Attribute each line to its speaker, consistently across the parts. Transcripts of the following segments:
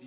Speaker 1: Si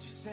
Speaker 1: Tu sais,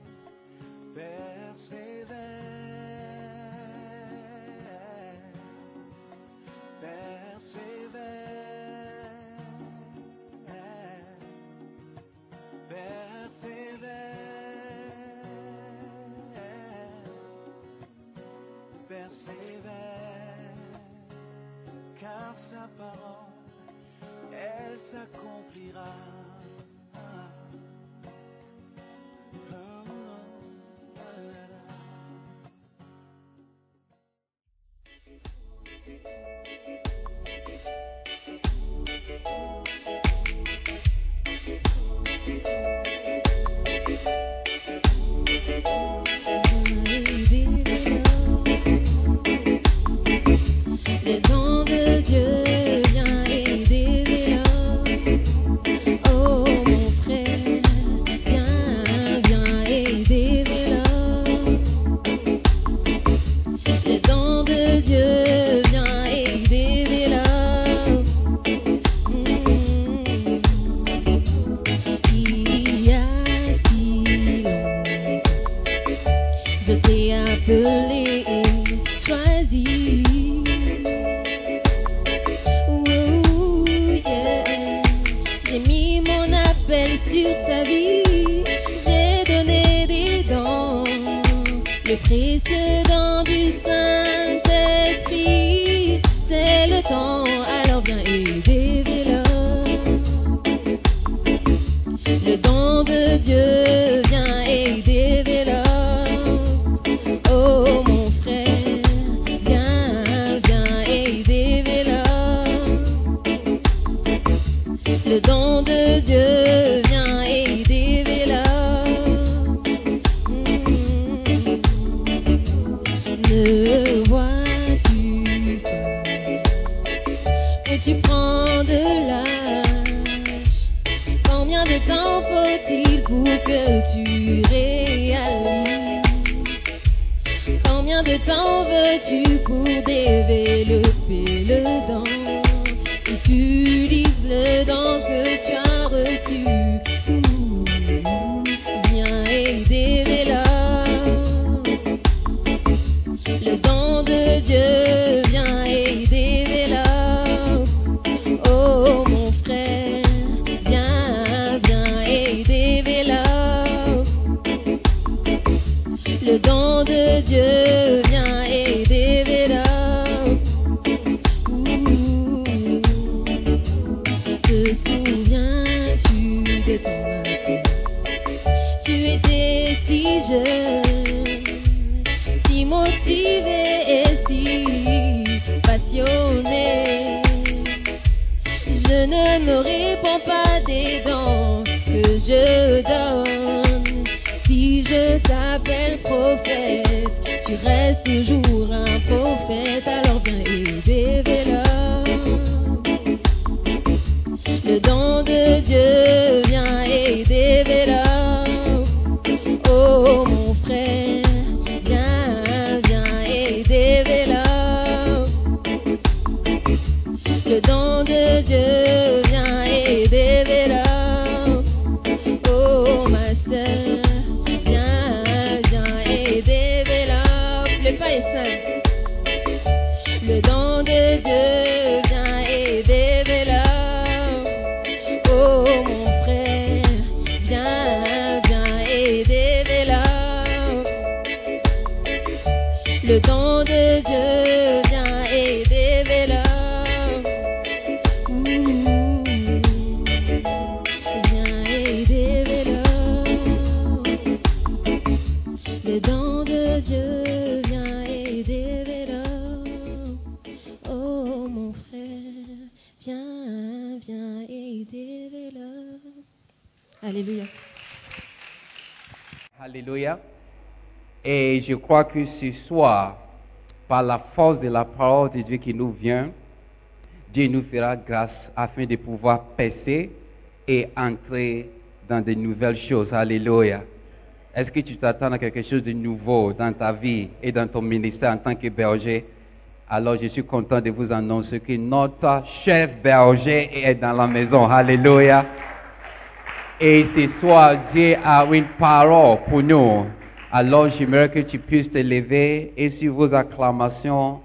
Speaker 1: persévère, persévère, persévère, persévère, car sa parole, elle s'accomplira.
Speaker 2: Le don de Dieu vient et développe. Oh mon frère, viens, viens et développe. Le don de Dieu vient et développe. Il y a si longtemps je t'ai appelé et choisi. Ouh, Oh, yeah. J'ai mis mon appel sur ta vie. J'ai donné des dons, le précieux don du Saint-Esprit. C'est le temps, alors viens et développe. Le don de Dieu vient et développe. Oh mon frère, viens, viens et développe. Le don de Dieu vient et développe. Hmm. Mm. Ne vois-tu pas que tu prends de l'âge? Combien de temps faut-il pour que tu réalises Combien de temps veux-tu pour développer le don Utilise le don que tu as reçu. Ouh, Viens et développe. Le don de Dieu vient et développe. Oh mon frère, viens, viens et développe. Le don de Dieu vient et développe. Ouh, Te souviens-tu de ton matin Tu étais si jeune, si motivé et si passionné. Je ne me réponds pas des dons que je donne. Si je t'appelle prophète, tu restes toujours un prophète. Alors viens et développe. Le don de Dieu vient et développe. Oh mon frère, viens, viens et développe. Le don de Dieu vient et développe. Oh ma sœur, viens, viens et développe. Le pas est simple. Le don de Dieu vient et développe. Oh mon frère, viens, viens et développe. Le don de Dieu vient et développe. Ouh, Viens et développe. Oh,
Speaker 3: Alléluia. Et je crois que ce soir, par la force de la parole de Dieu qui nous vient, Dieu nous fera grâce afin de pouvoir percer et entrer dans de nouvelles choses. Alléluia. Est-ce que tu t'attends à quelque chose de nouveau dans ta vie et dans ton ministère en tant que berger? Alors je suis content de vous annoncer que notre chef berger est dans la maison. Alléluia. Et ce soir, Dieu a une parole pour nous. Alors j'aimerais que tu puisses te lever et sur vos acclamations,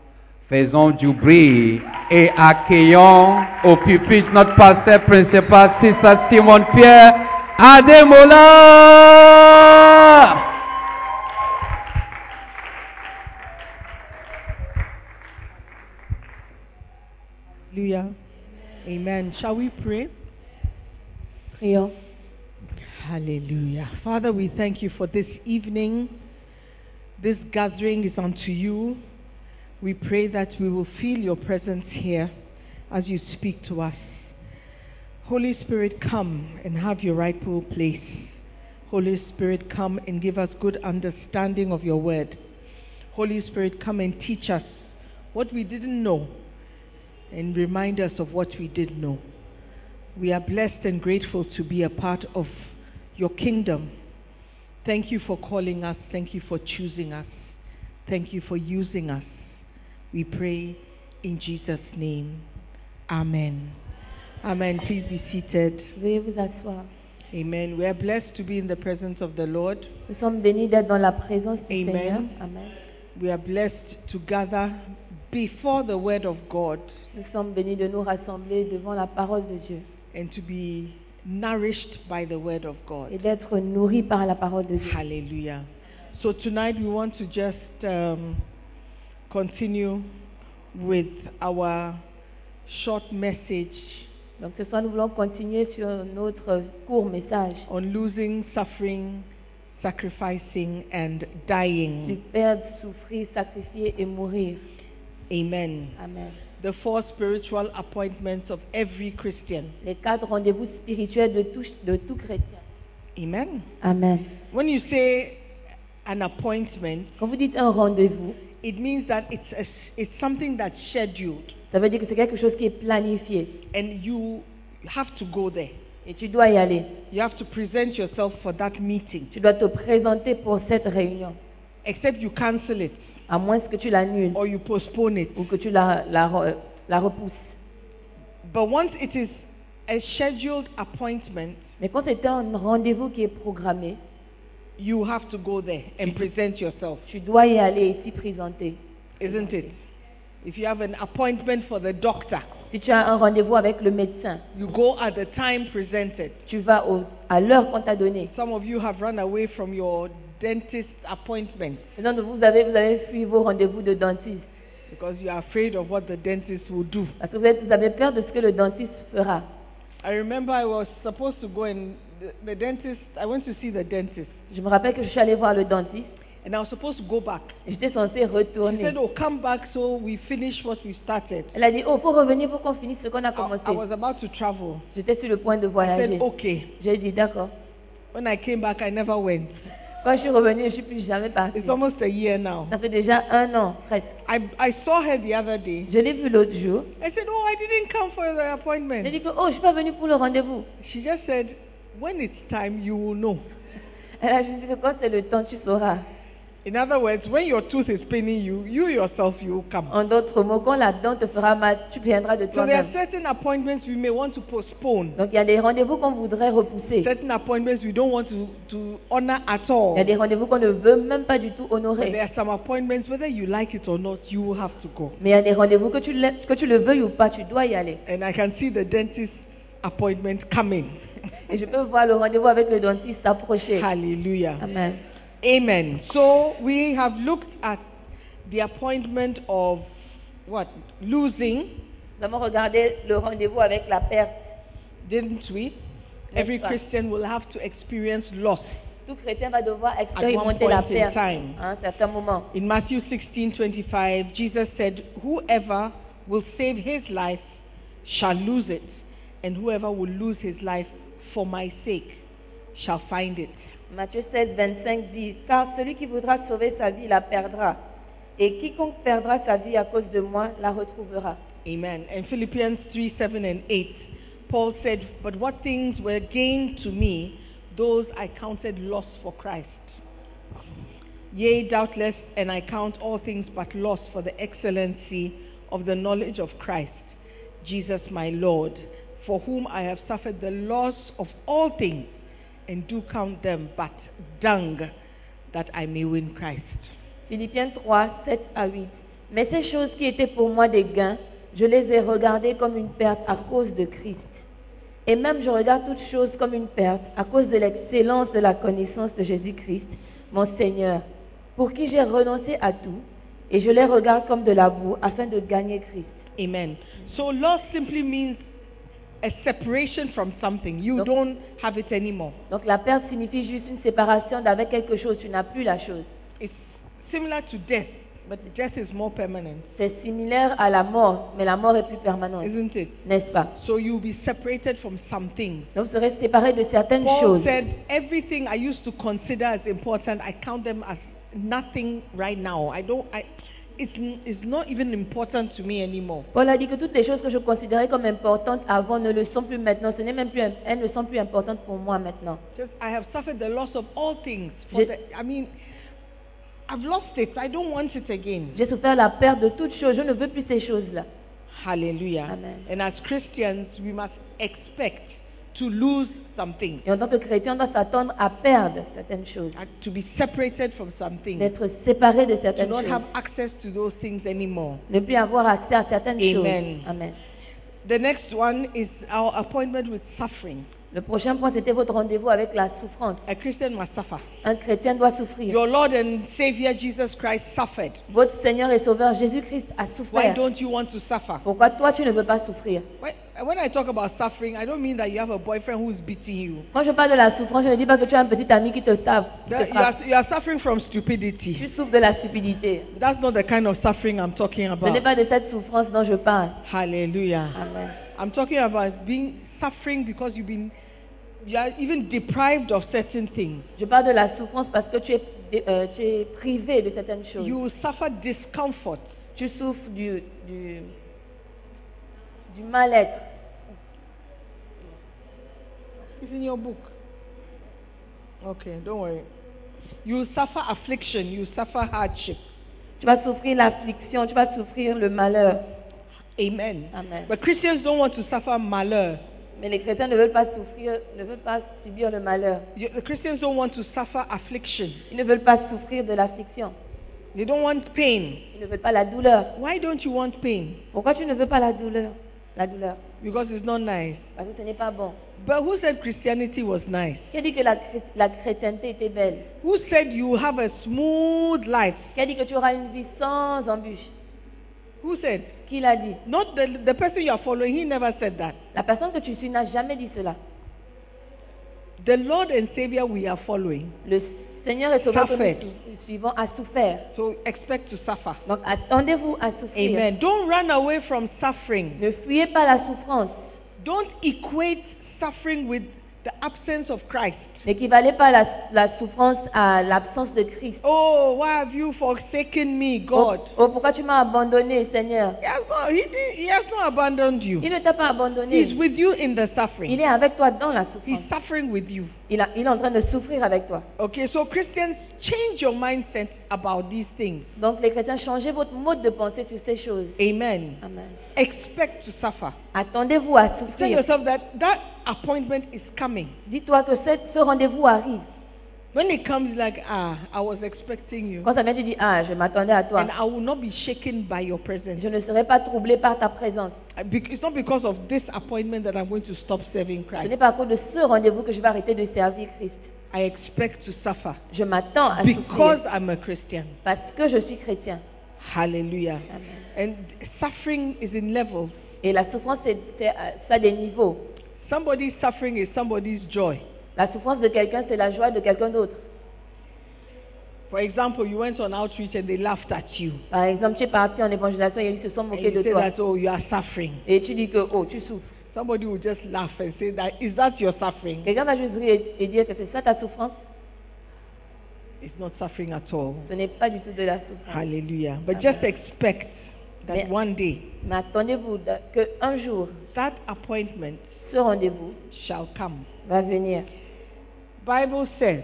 Speaker 3: faisons du bruit et accueillons au pupitre notre pasteur principal, c'est ça Simon Pierre Ademola.
Speaker 4: Hallelujah. Amen. Shall we pray?
Speaker 2: Prions.
Speaker 4: Hallelujah. Father, we thank you for this evening. This gathering is unto you. We pray that we will feel your presence here as you speak to us. Holy Spirit, come and have your rightful place. Holy Spirit, come and give us good understanding of your word. Holy Spirit, come and teach us what we didn't know and remind us of what we did know. We are blessed and grateful to be a part of your kingdom. Thank you for calling us. Thank you for choosing us. Thank you for using us. We pray in Jesus' name. Amen. Amen. Please be seated.
Speaker 2: Veuillez vous asseoir.
Speaker 4: Amen. We are blessed to be in the presence of the Lord.
Speaker 2: Nous sommes bénis d'être dans la présence du
Speaker 4: Amen.
Speaker 2: Seigneur. Amen.
Speaker 4: We are blessed to gather before the Word of God
Speaker 2: Nous sommes bénis de nous rassembler devant la parole de Dieu
Speaker 4: and to be nourished by the Word of
Speaker 2: et
Speaker 4: God.
Speaker 2: d'être nourris par la parole de Dieu.
Speaker 4: Hallelujah. So tonight we want to just um, continue with our short message
Speaker 2: Donc ce soir, nous voulons continuer sur notre court message
Speaker 4: on losing, suffering, sacrificing, and
Speaker 2: du
Speaker 4: dying.
Speaker 2: perdre, souffrir, sacrifier et mourir.
Speaker 4: Amen.
Speaker 2: Amen.
Speaker 4: The four spiritual appointments of every Christian.
Speaker 2: Les quatre rendez-vous spirituels de tout, de tout chrétien.
Speaker 4: Amen.
Speaker 2: Amen.
Speaker 4: When you say an appointment,
Speaker 2: Quand vous dites un rendez-vous,
Speaker 4: it means that it's, a, it's something that's scheduled
Speaker 2: ça veut dire que c'est quelque chose qui est planifié
Speaker 4: and you have to go there.
Speaker 2: et tu dois y aller.
Speaker 4: You have to present yourself for that meeting,
Speaker 2: Tu dois te présenter pour cette réunion,
Speaker 4: except you cancel it
Speaker 2: à moins que tu l'annules
Speaker 4: or you postpone it.
Speaker 2: ou que tu la, la, re- la repousses.
Speaker 4: But once it is a scheduled appointment,
Speaker 2: Mais quand c'est un rendez-vous qui est programmé,
Speaker 4: you have to go there and present yourself,
Speaker 2: tu dois y aller et t'y présenter.
Speaker 4: isn't it? If you have an appointment for the doctor,
Speaker 2: Si tu as un rendez-vous avec le médecin,
Speaker 4: you go at the time presented.
Speaker 2: tu vas au- à l'heure qu'on t'a donnée.
Speaker 4: Some of you have run away from your dentist appointment
Speaker 2: Maintenant, vous avez, vous avez fui vos rendez-vous de dentiste
Speaker 4: because you are afraid of what the dentist will do.
Speaker 2: parce que vous, êtes- vous avez peur de ce que le dentiste fera.
Speaker 4: I remember I was supposed to go and the, the dentist, I went to see the dentist
Speaker 2: Je me rappelle que je suis allée voir le dentiste
Speaker 4: and I was supposed to go back.
Speaker 2: et j'étais censée
Speaker 4: She
Speaker 2: retourner.
Speaker 4: said, Oh, come back so we finish what we started.
Speaker 2: Elle a dit, oh, faut revenir pour qu'on finisse ce qu'on a
Speaker 4: I, I was
Speaker 2: commencé.
Speaker 4: about to travel.
Speaker 2: J'étais sur le point de
Speaker 4: I said,
Speaker 2: voyager.
Speaker 4: Okay.
Speaker 2: J'ai dit, d'accord.
Speaker 4: When I came back, I never went.
Speaker 2: Quand je suis revenue, je ne suis plus jamais partie.
Speaker 4: It's almost a year now.
Speaker 2: Ça fait déjà un an, presque.
Speaker 4: I, I saw her the other day.
Speaker 2: Je l'ai vue l'autre jour.
Speaker 4: I said, Oh, I didn't come for the
Speaker 2: J'ai
Speaker 4: appointment.
Speaker 2: dit que, oh, je ne suis pas venue pour le rendez-vous.
Speaker 4: She just said, When it's time, you will know.
Speaker 2: Elle a juste dit que quand c'est le temps, tu sauras.
Speaker 4: In other words, when your tooth is paining you, you yourself, you will come.
Speaker 2: En d'autres mots, quand la dent te fera mal, tu viendras de
Speaker 4: So there are
Speaker 2: toi-même.
Speaker 4: certain appointments we may want to postpone,
Speaker 2: Donc, il y a des rendez-vous qu'on voudrait repousser.
Speaker 4: certain appointments we don't want to, to honor at
Speaker 2: Il
Speaker 4: all.
Speaker 2: y a des rendez-vous qu'on ne veut même pas du tout
Speaker 4: But there
Speaker 2: honorer.
Speaker 4: are some appointments, whether you like it or not, you will have to go.
Speaker 2: Mais il y a des rendez-vous que tu, l'aimes- que tu le veuilles ou pas, tu dois y aller.
Speaker 4: And I can see the dentist appointment coming.
Speaker 2: Et je peux voir le rendez-vous avec le dentiste s'approcher.
Speaker 4: Hallelujah.
Speaker 2: Amen.
Speaker 4: Amen. So we have looked at the appointment of what? Losing,
Speaker 2: Nous avons regardé le rendez-vous avec la perte.
Speaker 4: didn't we? Every
Speaker 2: Yes, sir.
Speaker 4: Christian will have to experience loss.
Speaker 2: Tout chrétien va devoir
Speaker 4: one
Speaker 2: expérimenter
Speaker 4: point
Speaker 2: la
Speaker 4: in
Speaker 2: perte
Speaker 4: time.
Speaker 2: à un certain moment.
Speaker 4: In Matthew 16:25, Jesus said, Whoever will save his life shall lose it, and whoever will lose his life for my sake shall find it.
Speaker 2: Matthieu 16, 25 dit, Car celui qui voudra sauver sa vie la perdra, et quiconque perdra sa vie à cause de moi la retrouvera.
Speaker 4: Amen. And Philippians 3 7 and 8, Paul said, But what things were gained to me, those I counted loss for Christ. Yea, doubtless, and I count all things but loss for the excellency of the knowledge of Christ, Jesus my Lord, for whom I have suffered the loss of all things, and do count them but dung, that I may win Christ.
Speaker 2: Philippiens 3, 7 à 8. Mais ces choses qui étaient pour moi des gains, je les ai regardées comme une perte à cause de Christ. Et même je regarde toutes choses comme une perte à cause de l'excellence de la connaissance de Jésus-Christ, mon Seigneur, pour qui j'ai renoncé à tout, et je les regarde comme de la boue afin de gagner Christ.
Speaker 4: Amen. So loss simply means a separation from something. You
Speaker 2: Nope.
Speaker 4: don't have it anymore.
Speaker 2: Donc la perte signifie juste une séparation d'avec quelque chose, tu n'as plus la chose.
Speaker 4: It's similar to death, but death is more permanent,
Speaker 2: C'est similaire à la mort, mais la mort est plus permanente,
Speaker 4: isn't it?
Speaker 2: n'est-ce pas
Speaker 4: So you'll be separated from something.
Speaker 2: Donc serait séparé de certaines
Speaker 4: Paul
Speaker 2: choses.
Speaker 4: said, everything I used to consider as important, I count them as nothing right now. I don't. I, it's, n- it's not even important to me anymore.
Speaker 2: Paul a dit que toutes les choses que je considérais comme importantes avant ne le sont plus maintenant. Ce n'est même plus, elles ne sont plus importantes pour moi maintenant.
Speaker 4: Just, I have suffered the loss of all things. For
Speaker 2: Je-
Speaker 4: the, I mean, I've lost it. I don't want it again.
Speaker 2: J'ai souffert la perte de toutes choses. Je ne veux plus ces choses-là.
Speaker 4: Hallelujah.
Speaker 2: Amen.
Speaker 4: And as Christians, we must expect to lose something, uh,
Speaker 2: Et en tant que chrétien, on doit s'attendre à perdre certaines choses,
Speaker 4: to be separated from something, to
Speaker 2: d'être séparé de certaines
Speaker 4: not have
Speaker 2: choses,
Speaker 4: access to those things anymore.
Speaker 2: ne plus avoir accès à certaines
Speaker 4: Amen.
Speaker 2: choses. Amen.
Speaker 4: The next one is our appointment with suffering.
Speaker 2: Le prochain point, c'était votre rendez-vous avec la souffrance.
Speaker 4: A Christian must suffer.
Speaker 2: Un chrétien doit souffrir.
Speaker 4: Your Lord and Savior Jesus Christ suffered.
Speaker 2: Votre Seigneur et Sauveur Jésus-Christ a
Speaker 4: Why
Speaker 2: souffert.
Speaker 4: don't you want to suffer?
Speaker 2: Pourquoi toi, tu ne veux pas souffrir
Speaker 4: When when I talk about suffering, I don't mean that you have a boyfriend who's beating you.
Speaker 2: Quand je parle de la souffrance, je ne dis pas que tu as un petit ami qui te tape. qui te
Speaker 4: That- you,
Speaker 2: frappe.
Speaker 4: are, you are suffering from
Speaker 2: Tu
Speaker 4: stupidity.
Speaker 2: souffres de la stupidité.
Speaker 4: That's not the kind of suffering I'm talking
Speaker 2: Ce n'est
Speaker 4: about.
Speaker 2: pas de cette souffrance dont je parle.
Speaker 4: Hallelujah.
Speaker 2: Amen.
Speaker 4: I'm talking about being suffering because you've been you are even deprived of certain things.
Speaker 2: Je parle de la souffrance parce que tu es, euh, tu es privé de certaines choses.
Speaker 4: You suffer discomfort.
Speaker 2: Tu souffres du, du, du mal-être.
Speaker 4: It's in your book. Okay, don't worry. You suffer affliction, you suffer hardship.
Speaker 2: Tu vas souffrir l'affliction, tu vas souffrir le malheur.
Speaker 4: Amen.
Speaker 2: Amen.
Speaker 4: But Christians don't want to suffer malheur.
Speaker 2: Mais les chrétiens ne veulent pas souffrir, ne veulent pas subir le malheur.
Speaker 4: You- The Christians don't want to suffer affliction.
Speaker 2: Ils ne veulent pas souffrir de l'affliction.
Speaker 4: They don't want pain.
Speaker 2: Ils ne veulent pas la douleur.
Speaker 4: Why don't you want pain?
Speaker 2: Pourquoi tu ne veux pas la douleur La douleur.
Speaker 4: Because it's not nice.
Speaker 2: Parce que ce n'est pas bon.
Speaker 4: But who said Christianity was nice?
Speaker 2: Qui a dit que la, chré- la chrétienté était belle
Speaker 4: Who said you have a smooth life?
Speaker 2: Qui a dit que tu auras une vie sans embûche
Speaker 4: Who said?
Speaker 2: Qui l'a dit
Speaker 4: Not the, the person you are following, he never said that.
Speaker 2: La personne que tu suis n'a jamais dit cela.
Speaker 4: The Lord and Savior we are following.
Speaker 2: Le Seigneur et Sauveur que nous
Speaker 4: Suffered.
Speaker 2: sou- suivons a souffert.
Speaker 4: So expect to suffer.
Speaker 2: Donc attendez-vous à souffrir.
Speaker 4: Amen. Don't run away from suffering.
Speaker 2: Ne fuyez pas la souffrance.
Speaker 4: Don't equate suffering with the absence of Christ.
Speaker 2: N'équivalez pas la, la souffrance à l'absence de Christ.
Speaker 4: Oh, why have you forsaken me,
Speaker 2: Oh,
Speaker 4: God?
Speaker 2: oh, pourquoi tu m'as abandonné, Seigneur
Speaker 4: He has not, he, did- he has not abandoned you.
Speaker 2: Il ne t'a pas abandonné.
Speaker 4: He's with you in the
Speaker 2: Il
Speaker 4: suffering.
Speaker 2: est avec toi dans la
Speaker 4: He's
Speaker 2: souffrance.
Speaker 4: suffering with you.
Speaker 2: Il, a- il est en train de souffrir avec toi.
Speaker 4: Okay, so Christians, change your mindset about these things.
Speaker 2: Donc les chrétiens, changez votre mode de pensée sur ces choses.
Speaker 4: Amen.
Speaker 2: Amen.
Speaker 4: Expect to suffer.
Speaker 2: Attendez-vous à
Speaker 4: Tell
Speaker 2: souffrir.
Speaker 4: yourself that that appointment is coming.
Speaker 2: Dis-toi que ce, ce rendez-vous arrive.
Speaker 4: When it comes, like, ah, I was expecting you.
Speaker 2: Quand ça vient, tu dis, ah, je m'attendais à toi.
Speaker 4: And I will not be shaken by your presence.
Speaker 2: Je ne serai pas troublé par ta présence.
Speaker 4: I- bec- It's not because of this appointment that I'm going to stop serving
Speaker 2: Ce
Speaker 4: Christ.
Speaker 2: n'est pas à cause de ce rendez-vous que je vais arrêter de servir Christ.
Speaker 4: I expect to suffer
Speaker 2: Je m'attends à
Speaker 4: because
Speaker 2: souffrir
Speaker 4: I'm a Christian.
Speaker 2: parce que je suis chrétien.
Speaker 4: Hallelujah.
Speaker 2: Amen.
Speaker 4: And suffering is in levels.
Speaker 2: Et la souffrance, c'est, c'est, euh, ça a des niveaux.
Speaker 4: Somebody's suffering is somebody's joy.
Speaker 2: La souffrance de quelqu'un, c'est la joie de quelqu'un d'autre.
Speaker 4: For example, you went on outreach and they laughed at you.
Speaker 2: Par exemple, tu es parti en évangélisation et ils se sont
Speaker 4: And
Speaker 2: moqués de
Speaker 4: you say
Speaker 2: toi.
Speaker 4: that, oh, you are suffering.
Speaker 2: Et tu dis que, oh, tu souffres.
Speaker 4: Somebody will just laugh and say that, is that your suffering?
Speaker 2: Quelqu'un va juste rire et- et dire que c'est ça ta souffrance.
Speaker 4: is not suffering at all.
Speaker 2: Ce n'est pas du tout de la souffrance.
Speaker 4: Hallelujah. But just
Speaker 2: Amen.
Speaker 4: expect that
Speaker 2: Mais-
Speaker 4: one day
Speaker 2: Mais attendez-vous de- que un jour,
Speaker 4: that appointment
Speaker 2: ce rendez-vous
Speaker 4: shall come.
Speaker 2: va venir.
Speaker 4: Bible says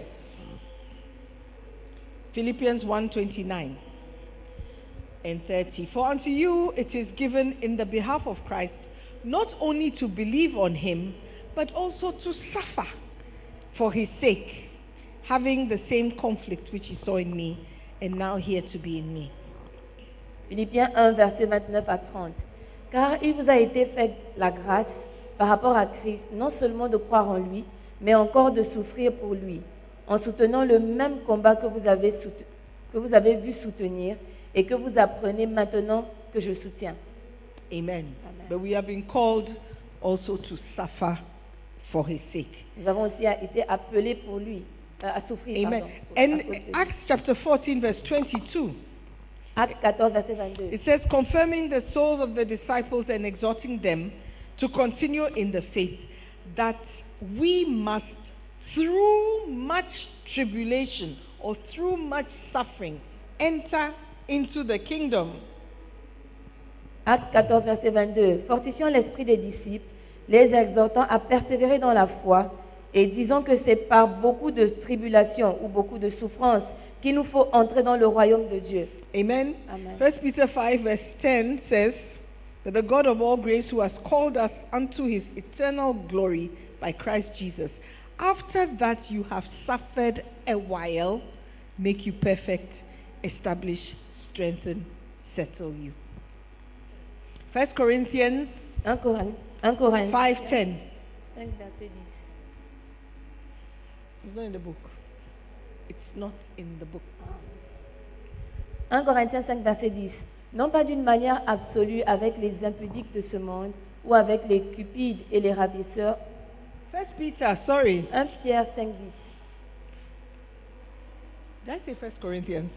Speaker 4: Philippians 1:29 and 30 For unto you it is given in the behalf of Christ not only to believe on him but also to suffer for his sake having the same conflict which he saw in me and now here to be in me.
Speaker 2: Philippiens 1, verset 29 à 30. Car il vous a été fait la grâce par rapport à Christ, non seulement de croire en lui, mais encore de souffrir pour lui, en soutenant le même combat que vous avez, soute- que vous avez vu soutenir et que vous apprenez maintenant que je soutiens.
Speaker 4: Amen.
Speaker 2: Amen.
Speaker 4: But we have been called also to suffer for his sake.
Speaker 2: Nous avons aussi été appelés pour lui, euh, à souffrir.
Speaker 4: Amen.
Speaker 2: pardon, pour- à cause de lui.
Speaker 4: And Acts chapter 14 verse 22
Speaker 2: Acte 14, verset 22.
Speaker 4: It says, confirming the souls of the disciples and exhorting them to continue in the faith, that we must, through much tribulation or through much suffering, enter into the kingdom.
Speaker 2: Acte 14, verset 22. Fortifiant l'esprit des disciples, les exhortant à persévérer dans la foi et disant que c'est par beaucoup de tribulations ou beaucoup de souffrances qu'il nous faut entrer dans le royaume de Dieu.
Speaker 4: Amen.
Speaker 2: Amen.
Speaker 4: First Peter 5 verse 10 says that the God of all grace who has called us unto his eternal glory by Christ Jesus, after that you have suffered a while, make you perfect, establish, strengthen, settle you. First Corinthians
Speaker 2: 1 Corinthiens 1 Corinthiens
Speaker 4: 5:10.
Speaker 2: 5, verset 10.
Speaker 4: It's not in the book. It's not in the book.
Speaker 2: 1 Corinthiens 5, verset 10. Non pas d'une manière absolue avec les impudiques de ce monde ou avec les cupides et les ravisseurs.
Speaker 4: First Peter, sorry.
Speaker 2: 1 Pierre 5, 10.
Speaker 4: Did I say First Corinthians?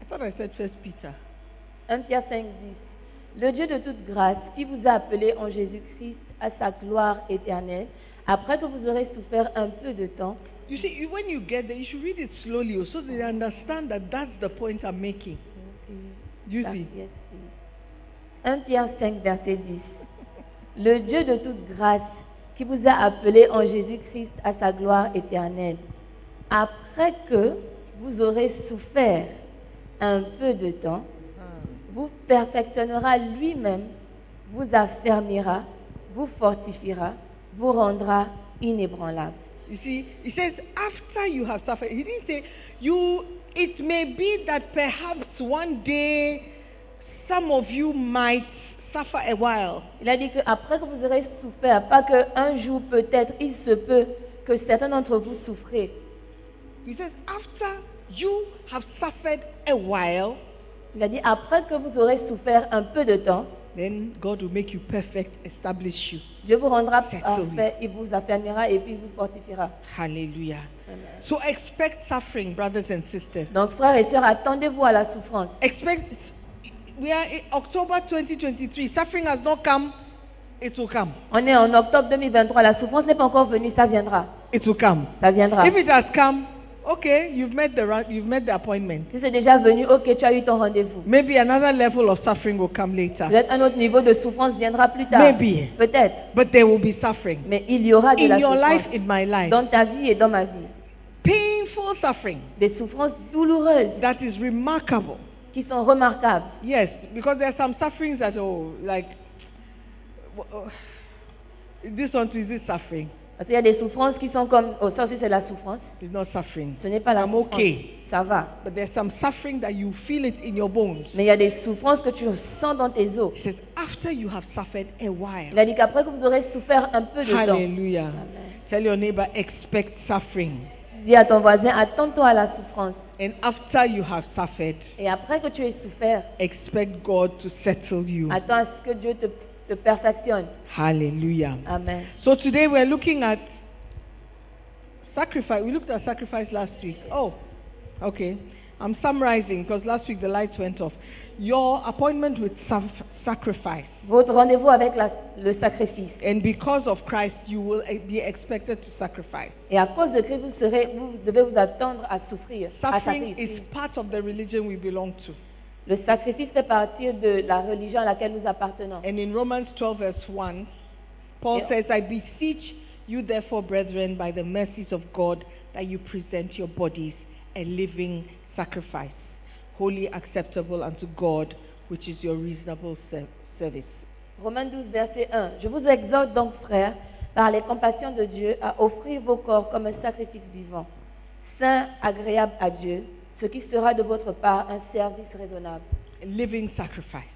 Speaker 4: I thought I said First Peter.
Speaker 2: 1 Pierre 5, 10. Le Dieu de toute grâce, qui vous a appelé en Jésus-Christ à sa gloire éternelle, après que vous aurez souffert un peu de temps,
Speaker 4: You see, you- when you get there, you should read it slowly oh, so they understand that that's the point I'm making. You see,
Speaker 2: 1 Pierre 5, verset 10. Le Dieu de toute grâce, qui vous a appelé en Jésus-Christ à sa gloire éternelle, après que vous aurez souffert un peu de temps, vous perfectionnera lui-même, vous affermira, vous fortifiera, vous rendra inébranlable.
Speaker 4: you see, he says, after you have suffered, he didn't say, you, it may be that perhaps one day some of you might suffer a while.
Speaker 2: Il a dit qu'après que vous aurez souffert, pas qu'un jour peut-être, il se peut que certains d'entre vous souffrez.
Speaker 4: He says, after you have suffered a while,
Speaker 2: Il a dit après que vous aurez souffert un peu de temps,
Speaker 4: then God will make you perfect, establish you.
Speaker 2: Dieu vous rendra
Speaker 4: Faites-le.
Speaker 2: parfait, il vous affermira et puis il vous fortifiera.
Speaker 4: Hallelujah. So expect suffering, brothers and sisters.
Speaker 2: Donc frères et sœurs, attendez-vous à la souffrance.
Speaker 4: expect we are in October 2023. Suffering has not come. It will come.
Speaker 2: On est en octobre 2023, la souffrance n'est pas encore venue, ça viendra,
Speaker 4: It will come.
Speaker 2: ça viendra.
Speaker 4: If it has come, okay, you've met the ra- you've met the appointment.
Speaker 2: Si c'est déjà venu, ok, tu as eu ton rendez-vous.
Speaker 4: Maybe another level of suffering will come later.
Speaker 2: Peut-être un autre niveau de souffrance viendra plus tard.
Speaker 4: Ah. Maybe.
Speaker 2: Peut-être.
Speaker 4: But there will be suffering
Speaker 2: Mais il y aura de
Speaker 4: in
Speaker 2: la
Speaker 4: your
Speaker 2: souffrance
Speaker 4: life, in my life.
Speaker 2: dans ta vie et dans ma vie.
Speaker 4: Painful suffering
Speaker 2: Des souffrances douloureuses.
Speaker 4: that is remarkable.
Speaker 2: qui sont remarquables.
Speaker 4: Yes, because there are some sufferings that oh, like w- oh, this one too, is this suffering?
Speaker 2: Parce qu'il y a des souffrances qui sont comme, oh ça aussi c'est la souffrance,
Speaker 4: It's not suffering.
Speaker 2: ce n'est pas la
Speaker 4: I'm
Speaker 2: souffrance.
Speaker 4: okay.
Speaker 2: Ça va.
Speaker 4: But there's some suffering that you feel it in your bones.
Speaker 2: Mais il y a des souffrances que tu sens dans tes os.
Speaker 4: It says, after you have suffered a while.
Speaker 2: Il a dit qu'après que vous aurez souffert un peu de temps,
Speaker 4: Hallelujah.
Speaker 2: Amen.
Speaker 4: Tell your neighbor, expect suffering.
Speaker 2: dis à ton voisin, attends-toi à la souffrance.
Speaker 4: And after you have suffered,
Speaker 2: Et après que tu aies souffert,
Speaker 4: expect God to settle you.
Speaker 2: attends à ce que Dieu te, te perfectionne.
Speaker 4: Hallelujah.
Speaker 2: Amen.
Speaker 4: So today we're looking at sacrifice. We looked at sacrifice last week. Oh, okay. I'm summarizing because last week the lights went off. your appointment with sa- sacrifice.
Speaker 2: Votre rendez-vous avec la- le sacrifice.
Speaker 4: And because of Christ, you will eh, be expected to sacrifice.
Speaker 2: Et à cause de Christ, vous, serez, vous devez vous attendre à souffrir, à
Speaker 4: Suffering
Speaker 2: sacrifier.
Speaker 4: is part of the religion we belong to.
Speaker 2: Le sacrifice fait partie de la religion à laquelle nous appartenons.
Speaker 4: And in Romans 12, verse 1, Paul
Speaker 2: Yeah.
Speaker 4: says, I beseech you, therefore, brethren, by the mercies of God, that you present your bodies a living sacrifice, wholly acceptable unto God, which is your reasonable ser- service.
Speaker 2: Romains 12, verset 1. Je vous exhorte donc, frères, par les compassions de Dieu, à offrir vos corps comme un sacrifice vivant, saint, agréable à Dieu, ce qui sera de votre part un service raisonnable,
Speaker 4: A living sacrifice.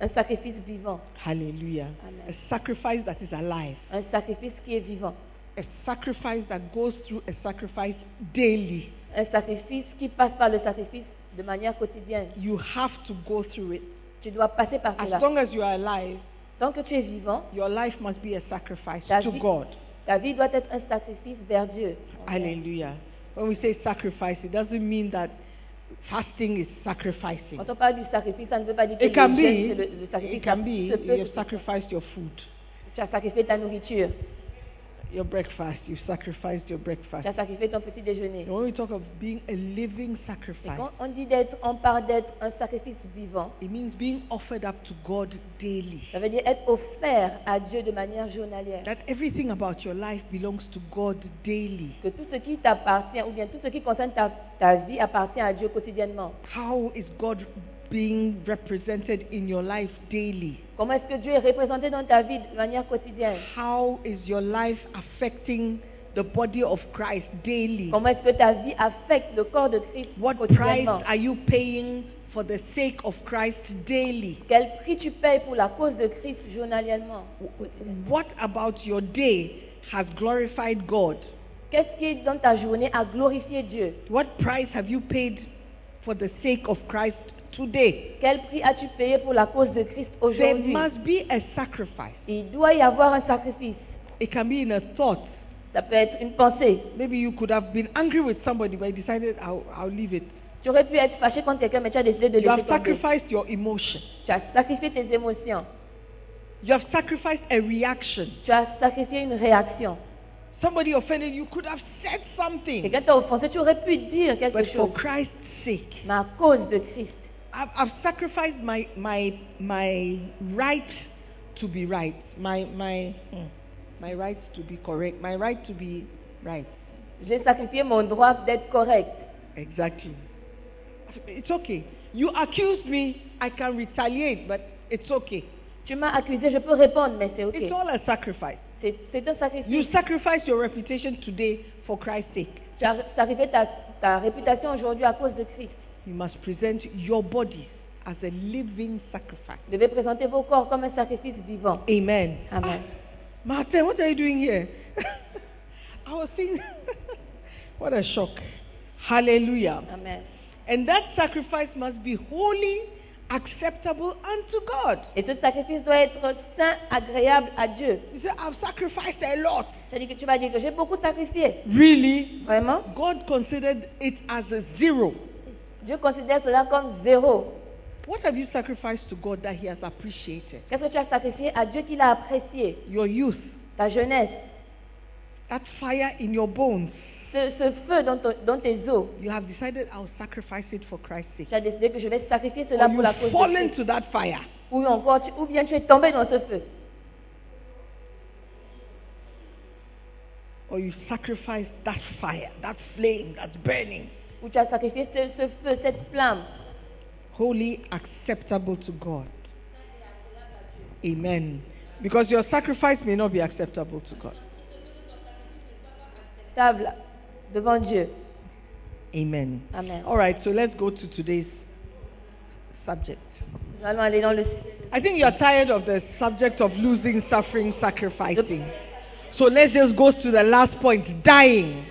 Speaker 2: un sacrifice vivant,
Speaker 4: Hallelujah.
Speaker 2: Amen.
Speaker 4: A sacrifice that is alive.
Speaker 2: un sacrifice qui est vivant,
Speaker 4: A sacrifice that goes through a sacrifice daily.
Speaker 2: un sacrifice qui passe par le sacrifice de manière quotidienne.
Speaker 4: You have to go through it.
Speaker 2: Tu dois passer par
Speaker 4: As
Speaker 2: cela.
Speaker 4: long as you are alive,
Speaker 2: Tant que tu es vivant,
Speaker 4: your life must be a sacrifice
Speaker 2: Ta
Speaker 4: to
Speaker 2: vie-
Speaker 4: God.
Speaker 2: ta vie doit être un sacrifice vers Dieu.
Speaker 4: Hallelujah. When we say sacrifice, it doesn't mean that fasting is sacrificing.
Speaker 2: Quand on parle du sacrifice, ça ne veut pas dire que
Speaker 4: It can
Speaker 2: le
Speaker 4: be,
Speaker 2: geste, le, le sacrifice,
Speaker 4: it can be
Speaker 2: se peut
Speaker 4: you've
Speaker 2: que
Speaker 4: sacrificed your food,
Speaker 2: tu as sacrifié ta nourriture,
Speaker 4: your breakfast, you've sacrificed your breakfast.
Speaker 2: tu as sacrifié ton petit déjeuner.
Speaker 4: And when we talk of being a living
Speaker 2: Et quand
Speaker 4: sacrifice,
Speaker 2: on dit d'être, on parle d'être un sacrifice vivant.
Speaker 4: it means being offered up to God daily.
Speaker 2: Ça veut dire être offert à Dieu de manière journalière.
Speaker 4: That everything about your life belongs to God daily.
Speaker 2: Que tout ce qui t'appartient, ou bien tout ce qui concerne ta, ta vie, appartient à Dieu quotidiennement.
Speaker 4: How is God being represented in your life daily?
Speaker 2: Comment est-ce que Dieu est représenté dans ta vie de manière quotidienne
Speaker 4: How is your life affecting the body of Christ daily?
Speaker 2: Comment est-ce que ta vie affecte le corps de Christ
Speaker 4: What price
Speaker 2: quotidiennement
Speaker 4: are you paying for the sake of Christ daily?
Speaker 2: Quel prix tu payes pour la cause de Christ journalièrement
Speaker 4: What about your day has glorified God?
Speaker 2: Qu'est-ce qui, dans ta journée, a glorifié Dieu
Speaker 4: What price have you paid for the sake of Christ today?
Speaker 2: Quel prix as-tu payé pour la cause de Christ
Speaker 4: There
Speaker 2: aujourd'hui
Speaker 4: must be a sacrifice.
Speaker 2: Il doit y avoir un sacrifice.
Speaker 4: It can be in a thought.
Speaker 2: Ça peut être une pensée.
Speaker 4: Maybe you could have been angry with somebody, but you decided I'll, I'll leave it.
Speaker 2: Tu aurais pu être fâché contre quelqu'un, mais tu as décidé de
Speaker 4: You
Speaker 2: laisser
Speaker 4: have
Speaker 2: tomber.
Speaker 4: sacrificed your emotion.
Speaker 2: Tu as sacrifié tes émotions.
Speaker 4: You have sacrificed a reaction.
Speaker 2: Tu as sacrifié une réaction.
Speaker 4: Somebody offended you could have said something,
Speaker 2: Quelqu'un t'a offensé, tu aurais pu dire quelque
Speaker 4: but
Speaker 2: chose.
Speaker 4: for Christ's sake.
Speaker 2: Mais à cause de Christ,
Speaker 4: I've, I've sacrificed my my my right to be right, my my mm, my right to be correct, my right to be right.
Speaker 2: j'ai sacrifié mon droit d'être correct.
Speaker 4: Exactly. It's okay. You accuse me, I can retaliate, but it's okay.
Speaker 2: Tu m'as accusé, je peux répondre, mais c'est
Speaker 4: It's
Speaker 2: ok.
Speaker 4: all a sacrifice.
Speaker 2: C'est c'est un
Speaker 4: You
Speaker 2: sacrifice.
Speaker 4: sacrifice your reputation today for Christ's sake.
Speaker 2: Tu as sacrifié ta, ta réputation aujourd'hui à cause de Christ.
Speaker 4: You must present your body as a living sacrifice.
Speaker 2: Vous devez présenter vos corps comme un sacrifice vivant.
Speaker 4: Amen. Ah,
Speaker 2: Amen.
Speaker 4: Martin, what are you doing here? I was thinking, what a shock. Hallelujah.
Speaker 2: Amen.
Speaker 4: And that sacrifice must be wholly acceptable unto God.
Speaker 2: Et ce sacrifice doit être saint, agréable à Dieu.
Speaker 4: You say, I've sacrificed a lot.
Speaker 2: C'est-à-dire que tu vas dire que j'ai beaucoup sacrifié.
Speaker 4: Really?
Speaker 2: Vraiment
Speaker 4: God considered it as a zero.
Speaker 2: Dieu considère cela comme zéro.
Speaker 4: What have you sacrificed to God that He has appreciated?
Speaker 2: Qu'est-ce que tu as sacrifié à Dieu qu'il a apprécié
Speaker 4: Your youth,
Speaker 2: Ta jeunesse,
Speaker 4: that fire in your bones.
Speaker 2: ce, ce feu dans, ton- dans tes os.
Speaker 4: You have decided I'll sacrifice it for Christ's sake.
Speaker 2: Tu as décidé que je vais sacrifier
Speaker 4: Or
Speaker 2: cela pour la
Speaker 4: you've
Speaker 2: cause
Speaker 4: fallen
Speaker 2: de Christ.
Speaker 4: to that fire.
Speaker 2: Ou, encore, tu- ou bien tu es tombé dans ce feu.
Speaker 4: Or you sacrificed that fire, that flame that's burning.
Speaker 2: Ou tu as sacrifié ce, ce feu, cette flamme.
Speaker 4: wholly acceptable to God. Amen. Because your sacrifice may not be acceptable to God.
Speaker 2: Table devant Dieu.
Speaker 4: Amen.
Speaker 2: Amen.
Speaker 4: All right, so let's go to today's subject.
Speaker 2: Nous allons aller dans le...
Speaker 4: I think you're tired of the subject of losing, suffering, sacrificing. So let's just go to the last point dying.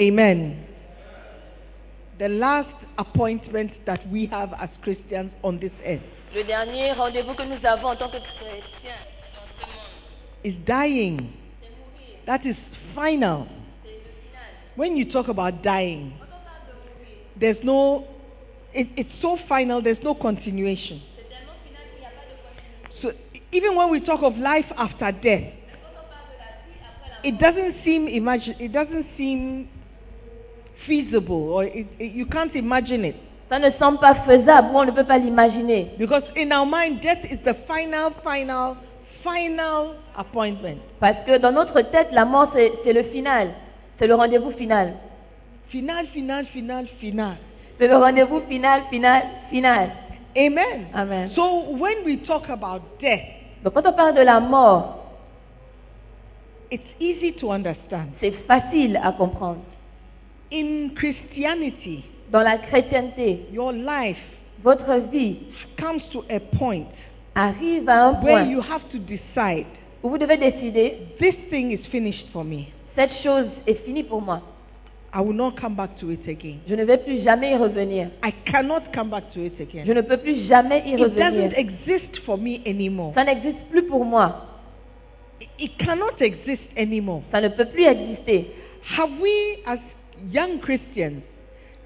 Speaker 4: Amen. The last appointment that we have as Christians on this earth
Speaker 2: Le dernier rendez-vous que nous avons en tant que chrétiens.
Speaker 4: is dying. That is final. When you talk about dying, There's no, it, it's so final, there's no continuation. So even when we talk of life after death, it doesn't seem imagine, it doesn't seem feasible, or it, it- you can't imagine it
Speaker 2: Ça ne semble pas faisable ou on ne peut pas l'imaginer.
Speaker 4: because in our mind, death is the final, final, final appointment,
Speaker 2: Parce que dans notre tête, la mort, c'est c'est le final. C'est le rendez-vous final.
Speaker 4: final, final, final, final.
Speaker 2: C'est le rendez-vous final, final, final.
Speaker 4: Amen.
Speaker 2: Amen.
Speaker 4: So when we talk about death,
Speaker 2: Donc quand on parle de la mort,
Speaker 4: it's easy to understand.
Speaker 2: c'est facile à comprendre.
Speaker 4: In Christianity,
Speaker 2: Dans la chrétienté,
Speaker 4: your life
Speaker 2: votre vie
Speaker 4: comes to a point
Speaker 2: arrive à un
Speaker 4: where
Speaker 2: point
Speaker 4: you have to decide
Speaker 2: où vous devez décider,
Speaker 4: this thing is finished for me.
Speaker 2: cette chose est finie pour moi.
Speaker 4: I will not come back to it again.
Speaker 2: Je ne vais plus jamais y revenir.
Speaker 4: I cannot come back to it again.
Speaker 2: Je ne peux plus jamais y
Speaker 4: It doesn't
Speaker 2: revenir.
Speaker 4: exist for me anymore.
Speaker 2: Ça n'existe plus pour moi.
Speaker 4: It- It cannot exist anymore.
Speaker 2: Ça ne peut plus exister.
Speaker 4: Have we, as young Christians,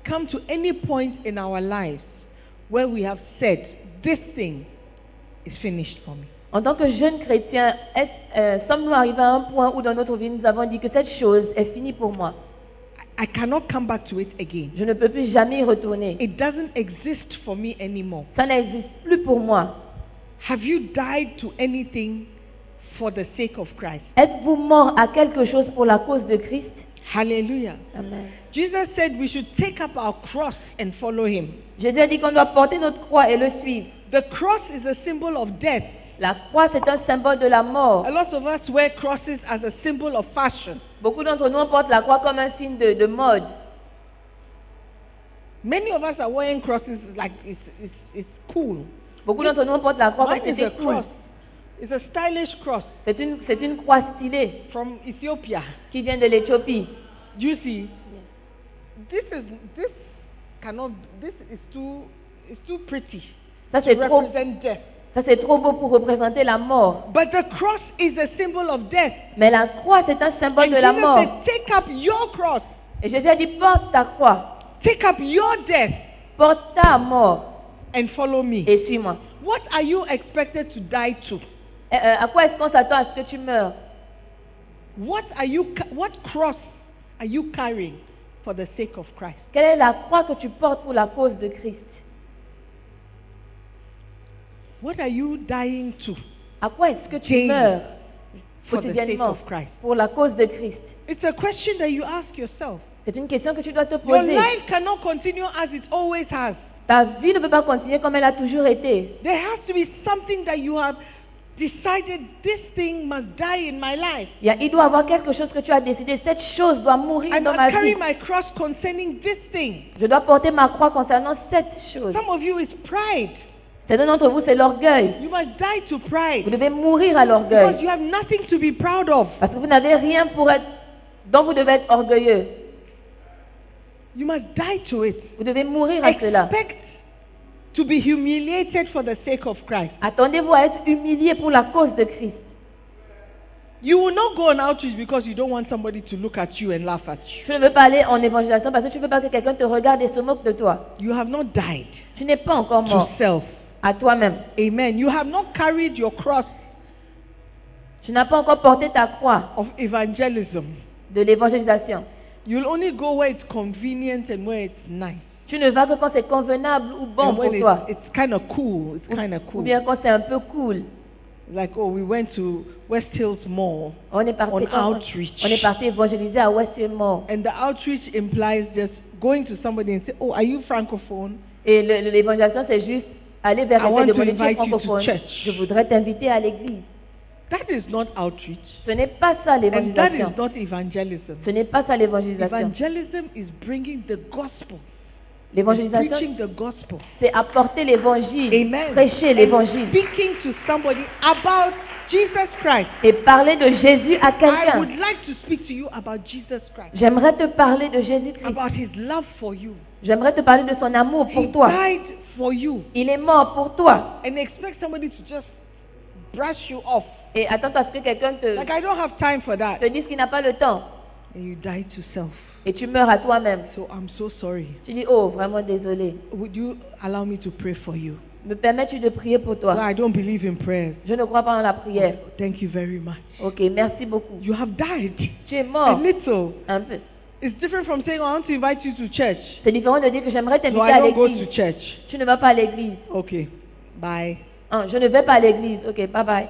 Speaker 4: come to any point in our lives where we have said, This thing is finished for me?
Speaker 2: En tant que jeunes chrétiens, est- euh, sommes-nous arrivés à un point où dans notre vie nous avons dit que cette chose est finie pour moi.
Speaker 4: I- I cannot come back to it again.
Speaker 2: Je ne peux plus jamais y retourner.
Speaker 4: It doesn't exist for me anymore.
Speaker 2: Ça n'existe plus pour moi.
Speaker 4: Have you died to anything for the sake of Christ?
Speaker 2: Êtes-vous mort à quelque chose pour la cause de Christ
Speaker 4: Hallelujah.
Speaker 2: Amen.
Speaker 4: Jesus said we should take up our cross and follow him.
Speaker 2: Jésus a dit qu'on doit porter notre croix et le suivre.
Speaker 4: The cross is a symbol of death.
Speaker 2: La croix, c'est un symbole de la mort.
Speaker 4: A lot of us wear crosses as a symbol of fashion.
Speaker 2: Beaucoup d'entre nous portent la croix comme un signe de, de mode.
Speaker 4: Many of us are wearing crosses like it's, it's, it's cool.
Speaker 2: Beaucoup d'entre nous portent la croix
Speaker 4: Mine
Speaker 2: comme
Speaker 4: is
Speaker 2: c'était
Speaker 4: a
Speaker 2: cool.
Speaker 4: cross. It's a stylish cross
Speaker 2: C'est une, c'est une croix stylée
Speaker 4: from Ethiopia.
Speaker 2: qui vient de l'Éthiopie.
Speaker 4: Do you see? This is this cannot. This is too. It's too pretty
Speaker 2: Ça
Speaker 4: to
Speaker 2: c'est, trop,
Speaker 4: represent death.
Speaker 2: ça, c'est trop beau pour représenter la mort.
Speaker 4: But the cross is a symbol of death.
Speaker 2: Mais la croix, c'est un symbole de
Speaker 4: And
Speaker 2: la
Speaker 4: Jesus
Speaker 2: mort.
Speaker 4: said, "Take up your cross.
Speaker 2: Et Jésus a dit, porte ta croix,
Speaker 4: Take up your death
Speaker 2: porte ta mort
Speaker 4: and follow me."
Speaker 2: et suis-moi.
Speaker 4: What are you expected to die to?
Speaker 2: Eh, euh, à quoi est-ce qu'on s'attend à ce que tu meurs
Speaker 4: What are you? ca- What cross are you carrying for the sake of Christ?
Speaker 2: Quelle est la croix que tu portes pour la cause de Christ
Speaker 4: What are you dying to
Speaker 2: À quoi est-ce que tu
Speaker 4: Daily.
Speaker 2: meurs
Speaker 4: for the sake
Speaker 2: quotidiennement
Speaker 4: of Christ?
Speaker 2: pour la cause de Christ
Speaker 4: It's a question that you ask yourself.
Speaker 2: C'est une question que tu dois te
Speaker 4: Your
Speaker 2: poser.
Speaker 4: life cannot continue as it always has.
Speaker 2: Ta vie ne peut pas continuer comme elle a toujours été.
Speaker 4: There has to be something that you have decided this thing must die in my life.
Speaker 2: Il, y a- il doit y avoir quelque chose que tu as décidé. Cette chose doit mourir
Speaker 4: I
Speaker 2: dans
Speaker 4: must
Speaker 2: ma
Speaker 4: carry
Speaker 2: vie.
Speaker 4: my cross concerning this thing.
Speaker 2: Je dois porter ma croix concernant cette chose.
Speaker 4: Some of you is pride.
Speaker 2: Certains d'entre vous, c'est l'orgueil.
Speaker 4: You must die to
Speaker 2: Vous
Speaker 4: pride
Speaker 2: devez mourir à
Speaker 4: because you
Speaker 2: l'orgueil.
Speaker 4: have nothing to be proud of.
Speaker 2: Parce que vous n'avez rien pour être, dont vous devez être orgueilleux.
Speaker 4: You must die to it.
Speaker 2: Vous devez mourir à cela.
Speaker 4: Expect to be humiliated for the sake of Christ.
Speaker 2: Attendez-vous à être humilié pour la cause de Christ.
Speaker 4: You will not go on outreach because you don't want somebody to look at you and laugh at you.
Speaker 2: Tu ne veux pas aller en évangélisation parce que tu ne veux pas que quelqu'un te regarde et se moque de toi.
Speaker 4: You have not died
Speaker 2: Tu n'es pas encore mort
Speaker 4: to self.
Speaker 2: à toi-même.
Speaker 4: Amen. You have not carried your cross
Speaker 2: Tu n'as pas encore porté ta croix
Speaker 4: of evangelism.
Speaker 2: de l'évangélisation.
Speaker 4: You'll only go where it's convenient and where it's nice.
Speaker 2: Tu ne vas que quand c'est convenable ou bon
Speaker 4: and
Speaker 2: pour
Speaker 4: when
Speaker 2: toi.
Speaker 4: it's, it's kind of cool. It's
Speaker 2: Ou,
Speaker 4: kind of
Speaker 2: ou
Speaker 4: cool.
Speaker 2: bien quand c'est un peu cool.
Speaker 4: Like, oh, we went to West Hills Mall.
Speaker 2: On est parti,
Speaker 4: On
Speaker 2: quand-
Speaker 4: outreach.
Speaker 2: on est parti évangéliser à Westmore.
Speaker 4: And the outreach implies just going to somebody and say, oh, are you francophone?
Speaker 2: Et le- le- l'évangélisation, c'est juste aller vers
Speaker 4: I
Speaker 2: les
Speaker 4: want
Speaker 2: gens de
Speaker 4: to
Speaker 2: mon
Speaker 4: invite
Speaker 2: équipe
Speaker 4: you to
Speaker 2: francophone.
Speaker 4: church.
Speaker 2: Je voudrais t'inviter à l'église.
Speaker 4: That is not outreach.
Speaker 2: Ce n'est pas ça
Speaker 4: And that
Speaker 2: l'évangélisation.
Speaker 4: is not evangelism.
Speaker 2: Ce n'est pas ça l'évangélisation.
Speaker 4: Evangelism is bringing the gospel. It's
Speaker 2: L'évangélisation,
Speaker 4: Preaching the gospel.
Speaker 2: c'est apporter l'évangile,
Speaker 4: Amen.
Speaker 2: prêcher
Speaker 4: And
Speaker 2: l'évangile
Speaker 4: Speaking to somebody about Jesus Christ.
Speaker 2: et parler de Jésus à
Speaker 4: I
Speaker 2: quelqu'un.
Speaker 4: would like to speak to you about Jesus Christ.
Speaker 2: J'aimerais te parler de Jésus-Christ.
Speaker 4: About his love for you.
Speaker 2: J'aimerais te parler de son amour
Speaker 4: he
Speaker 2: pour toi.
Speaker 4: died for you.
Speaker 2: Il est mort pour toi.
Speaker 4: And expect somebody to just brush you off.
Speaker 2: Et attends à ce que quelqu'un te,
Speaker 4: Like I don't have time for that.
Speaker 2: te dise qu'il n'a pas le temps.
Speaker 4: And you die to self.
Speaker 2: et tu meurs à toi-même.
Speaker 4: So I'm so sorry.
Speaker 2: Tu dis, oh, vraiment désolé.
Speaker 4: Would you allow me to pray for you?
Speaker 2: Me permets-tu de prier pour
Speaker 4: Well,
Speaker 2: toi
Speaker 4: I don't believe in prayers.
Speaker 2: Je ne crois pas en la prière.
Speaker 4: Thank you very much.
Speaker 2: Ok, merci beaucoup.
Speaker 4: You have died.
Speaker 2: Tu es
Speaker 4: A
Speaker 2: mort
Speaker 4: little.
Speaker 2: un peu.
Speaker 4: It's different from saying I want to invite you to church.
Speaker 2: C'est différent de dire que j'aimerais
Speaker 4: No,
Speaker 2: t'inviter
Speaker 4: I
Speaker 2: à
Speaker 4: don't go to
Speaker 2: l'église.
Speaker 4: church.
Speaker 2: Tu ne vas pas à l'église.
Speaker 4: Okay. Bye.
Speaker 2: Hein, je ne vais pas à l'église. Ok, bye bye.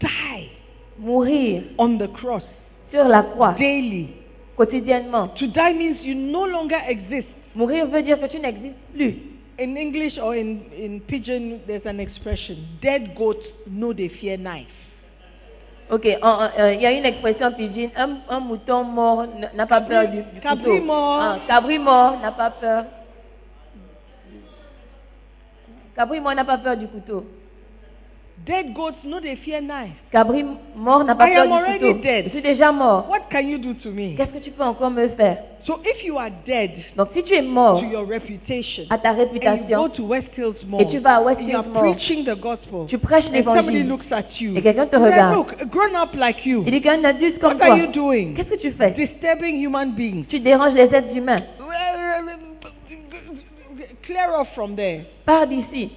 Speaker 4: Die
Speaker 2: Mourir
Speaker 4: on the cross
Speaker 2: sur la croix,
Speaker 4: daily.
Speaker 2: quotidiennement.
Speaker 4: To die means you no longer exist.
Speaker 2: Mourir veut dire que tu n'existes plus.
Speaker 4: In English or in, in Pidgin, there's an expression dead goats know they fear knife.
Speaker 2: Ok, en- en- euh, il y a une expression pidgin, un, un mouton mort n- n'a pas peur du, du
Speaker 4: Cabri
Speaker 2: couteau.
Speaker 4: mort.
Speaker 2: Ah, cabri mort n'a pas peur. Cabri mort n'a pas peur du couteau.
Speaker 4: Dead goats know they fear knife.
Speaker 2: Cabri mort n'a pas
Speaker 4: I
Speaker 2: peur
Speaker 4: am
Speaker 2: du
Speaker 4: already
Speaker 2: couteau.
Speaker 4: dead.
Speaker 2: Je suis déjà mort.
Speaker 4: What can you do to me?
Speaker 2: Qu'est-ce que tu peux encore me faire
Speaker 4: So if you are dead
Speaker 2: Donc si tu es mort
Speaker 4: to your reputation,
Speaker 2: à ta
Speaker 4: and you go
Speaker 2: réputation,
Speaker 4: to West Hills Mall,
Speaker 2: Et tu vas à West
Speaker 4: and you
Speaker 2: Hills
Speaker 4: are
Speaker 2: Mall.
Speaker 4: preaching the gospel,
Speaker 2: tu prêches
Speaker 4: and somebody
Speaker 2: l'évangile.
Speaker 4: looks at you,
Speaker 2: Et quelqu'un te
Speaker 4: and they're,
Speaker 2: regarde.
Speaker 4: look, a grown up like you,
Speaker 2: Il dit qu'un adulte comme
Speaker 4: what are
Speaker 2: toi,
Speaker 4: you doing?
Speaker 2: qu'est-ce que tu fais
Speaker 4: Disturbing human beings.
Speaker 2: Tu déranges les êtres humains.
Speaker 4: Clear off from there.
Speaker 2: Pars d'ici.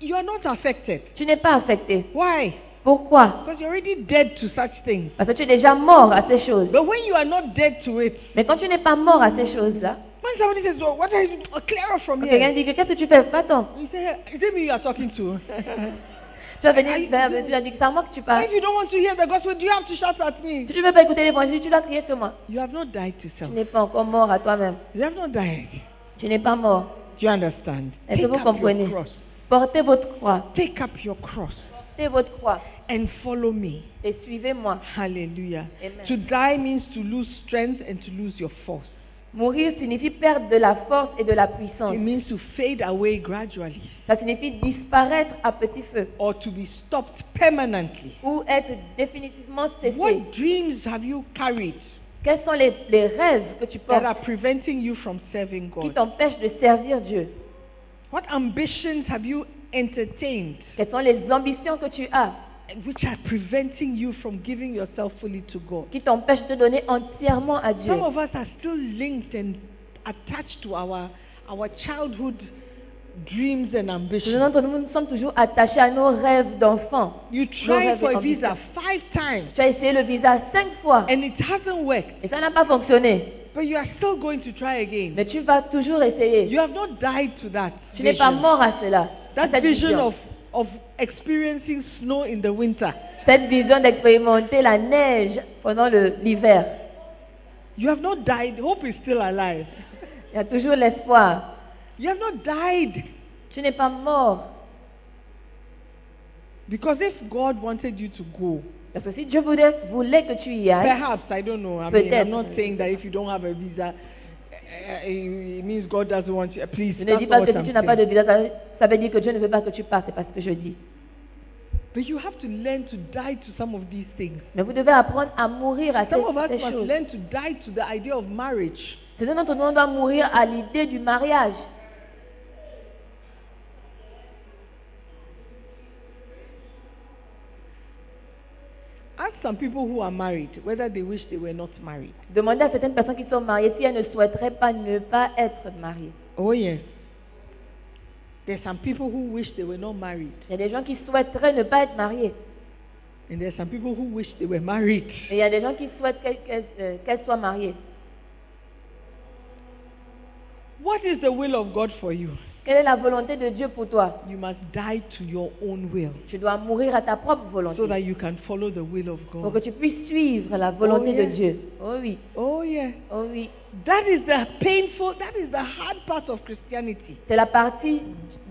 Speaker 4: You are not affected.
Speaker 2: Tu n'es pas affecté.
Speaker 4: Why?
Speaker 2: Pourquoi
Speaker 4: Because you're already dead to such things.
Speaker 2: Parce que tu es déjà mort à ces choses.
Speaker 4: But when you are not dead to it,
Speaker 2: Mais quand tu n'es pas mort à ces choses-là,
Speaker 4: when somebody says, oh, "What are you? Oh, clear off from
Speaker 2: quand quelqu'un
Speaker 4: here,"
Speaker 2: dit que qu'est-ce que tu fais Va-t'en.
Speaker 4: you say, "Is it me you are talking to?"
Speaker 2: Tu vas venir vers me, tu vas dire que c'est à moi que tu parles.
Speaker 4: If you don't want to hear the gospel, do you have to shout at
Speaker 2: Si
Speaker 4: me?
Speaker 2: tu ne veux pas écouter l'évangile, tu dois crier sur moi.
Speaker 4: You have not died to
Speaker 2: Tu
Speaker 4: self.
Speaker 2: n'es pas encore mort à toi-même.
Speaker 4: You have not died.
Speaker 2: Tu n'es pas mort.
Speaker 4: Do you understand?
Speaker 2: Est-ce que
Speaker 4: Take
Speaker 2: vous
Speaker 4: up your
Speaker 2: comprenez?
Speaker 4: cross.
Speaker 2: Portez votre croix.
Speaker 4: Take up your cross
Speaker 2: Portez votre croix
Speaker 4: and follow me.
Speaker 2: et suivez-moi.
Speaker 4: Hallelujah.
Speaker 2: Amen.
Speaker 4: To die means to lose strength and to lose your force.
Speaker 2: Mourir signifie perdre de la force et de la puissance.
Speaker 4: It means to fade away gradually
Speaker 2: Ça signifie disparaître à petit feu
Speaker 4: or to be stopped permanently.
Speaker 2: ou être définitivement cessé.
Speaker 4: What dreams have you carried
Speaker 2: Quels sont les, les rêves que tu
Speaker 4: that
Speaker 2: portes
Speaker 4: are preventing you from serving
Speaker 2: qui
Speaker 4: God?
Speaker 2: t'empêchent de servir Dieu
Speaker 4: What ambitions have you entertained
Speaker 2: Quelles sont les ambitions que tu as
Speaker 4: which are preventing you from giving yourself fully to God?
Speaker 2: qui t'empêchent de donner entièrement à Dieu
Speaker 4: Some of us are still linked and attached to our, our childhood dreams and
Speaker 2: Nous,
Speaker 4: ambitions.
Speaker 2: d'entre nous, nous sommes toujours attachés à nos rêves d'enfants.
Speaker 4: You
Speaker 2: Nos
Speaker 4: tried
Speaker 2: rêves
Speaker 4: for
Speaker 2: et
Speaker 4: a visa
Speaker 2: ambitions.
Speaker 4: five times
Speaker 2: Tu as essayé le visa cinq fois
Speaker 4: and it hasn't worked,
Speaker 2: et ça n'a pas fonctionné.
Speaker 4: but you are still going to try again.
Speaker 2: Mais tu vas toujours essayer.
Speaker 4: You have not died to that.
Speaker 2: Tu n'es pas
Speaker 4: vision.
Speaker 2: mort à cela. à
Speaker 4: That
Speaker 2: cette
Speaker 4: vision
Speaker 2: vision.
Speaker 4: of, of experiencing snow in the winter.
Speaker 2: Cette vision d'expérimenter la neige pendant le- l'hiver.
Speaker 4: You have not died. Hope is still alive.
Speaker 2: Il y a toujours l'espoir.
Speaker 4: You have not died.
Speaker 2: Tu n'es pas mort.
Speaker 4: Because if God wanted you to go,
Speaker 2: Parce que si Dieu voulait, voulait que tu y ailles,
Speaker 4: perhaps, I don't know. I mean, I'm
Speaker 2: Peut-être.
Speaker 4: not saying that if you don't have a visa, eh, eh, it means God doesn't want you. Eh, Please,
Speaker 2: je ne
Speaker 4: that's
Speaker 2: dis
Speaker 4: not
Speaker 2: pas que
Speaker 4: what
Speaker 2: si
Speaker 4: I'm
Speaker 2: tu n'as pas de
Speaker 4: saying.
Speaker 2: visa, ça, ça veut dire que Dieu ne veut pas que tu partes. C'est pas ce que je dis.
Speaker 4: But you have to learn to die to some of these things.
Speaker 2: Mais vous devez apprendre à mourir à ces,
Speaker 4: Some of us
Speaker 2: ces
Speaker 4: must
Speaker 2: choses.
Speaker 4: learn to die to the idea of marriage.
Speaker 2: Certains d'entre nous on doit mourir à l'idée du mariage.
Speaker 4: Ask some people who are married whether they wish they were not married.
Speaker 2: Demandez à certaines personnes qui sont mariées si elles ne souhaiteraient pas ne pas être mariées.
Speaker 4: Oh, yes. There's some people who wish they were not married,
Speaker 2: Il y a des gens qui souhaiteraient ne pas être mariées.
Speaker 4: and there's some people who wish they were married.
Speaker 2: Et il y a des gens qui souhaitent qu'elles qu'elles, euh, qu'elles soient mariées.
Speaker 4: What is the will of God for you?
Speaker 2: Quelle est la volonté de Dieu pour toi
Speaker 4: You must die to your own will
Speaker 2: Tu dois mourir à ta propre
Speaker 4: so
Speaker 2: volonté
Speaker 4: that you can follow the will of
Speaker 2: pour que
Speaker 4: God.
Speaker 2: tu puisses suivre la volonté
Speaker 4: Oh, yeah.
Speaker 2: de Dieu. Oh oui,
Speaker 4: Oh, yes.
Speaker 2: oh oui.
Speaker 4: That is the painful, that is the hard part of Christianity.
Speaker 2: C'est la partie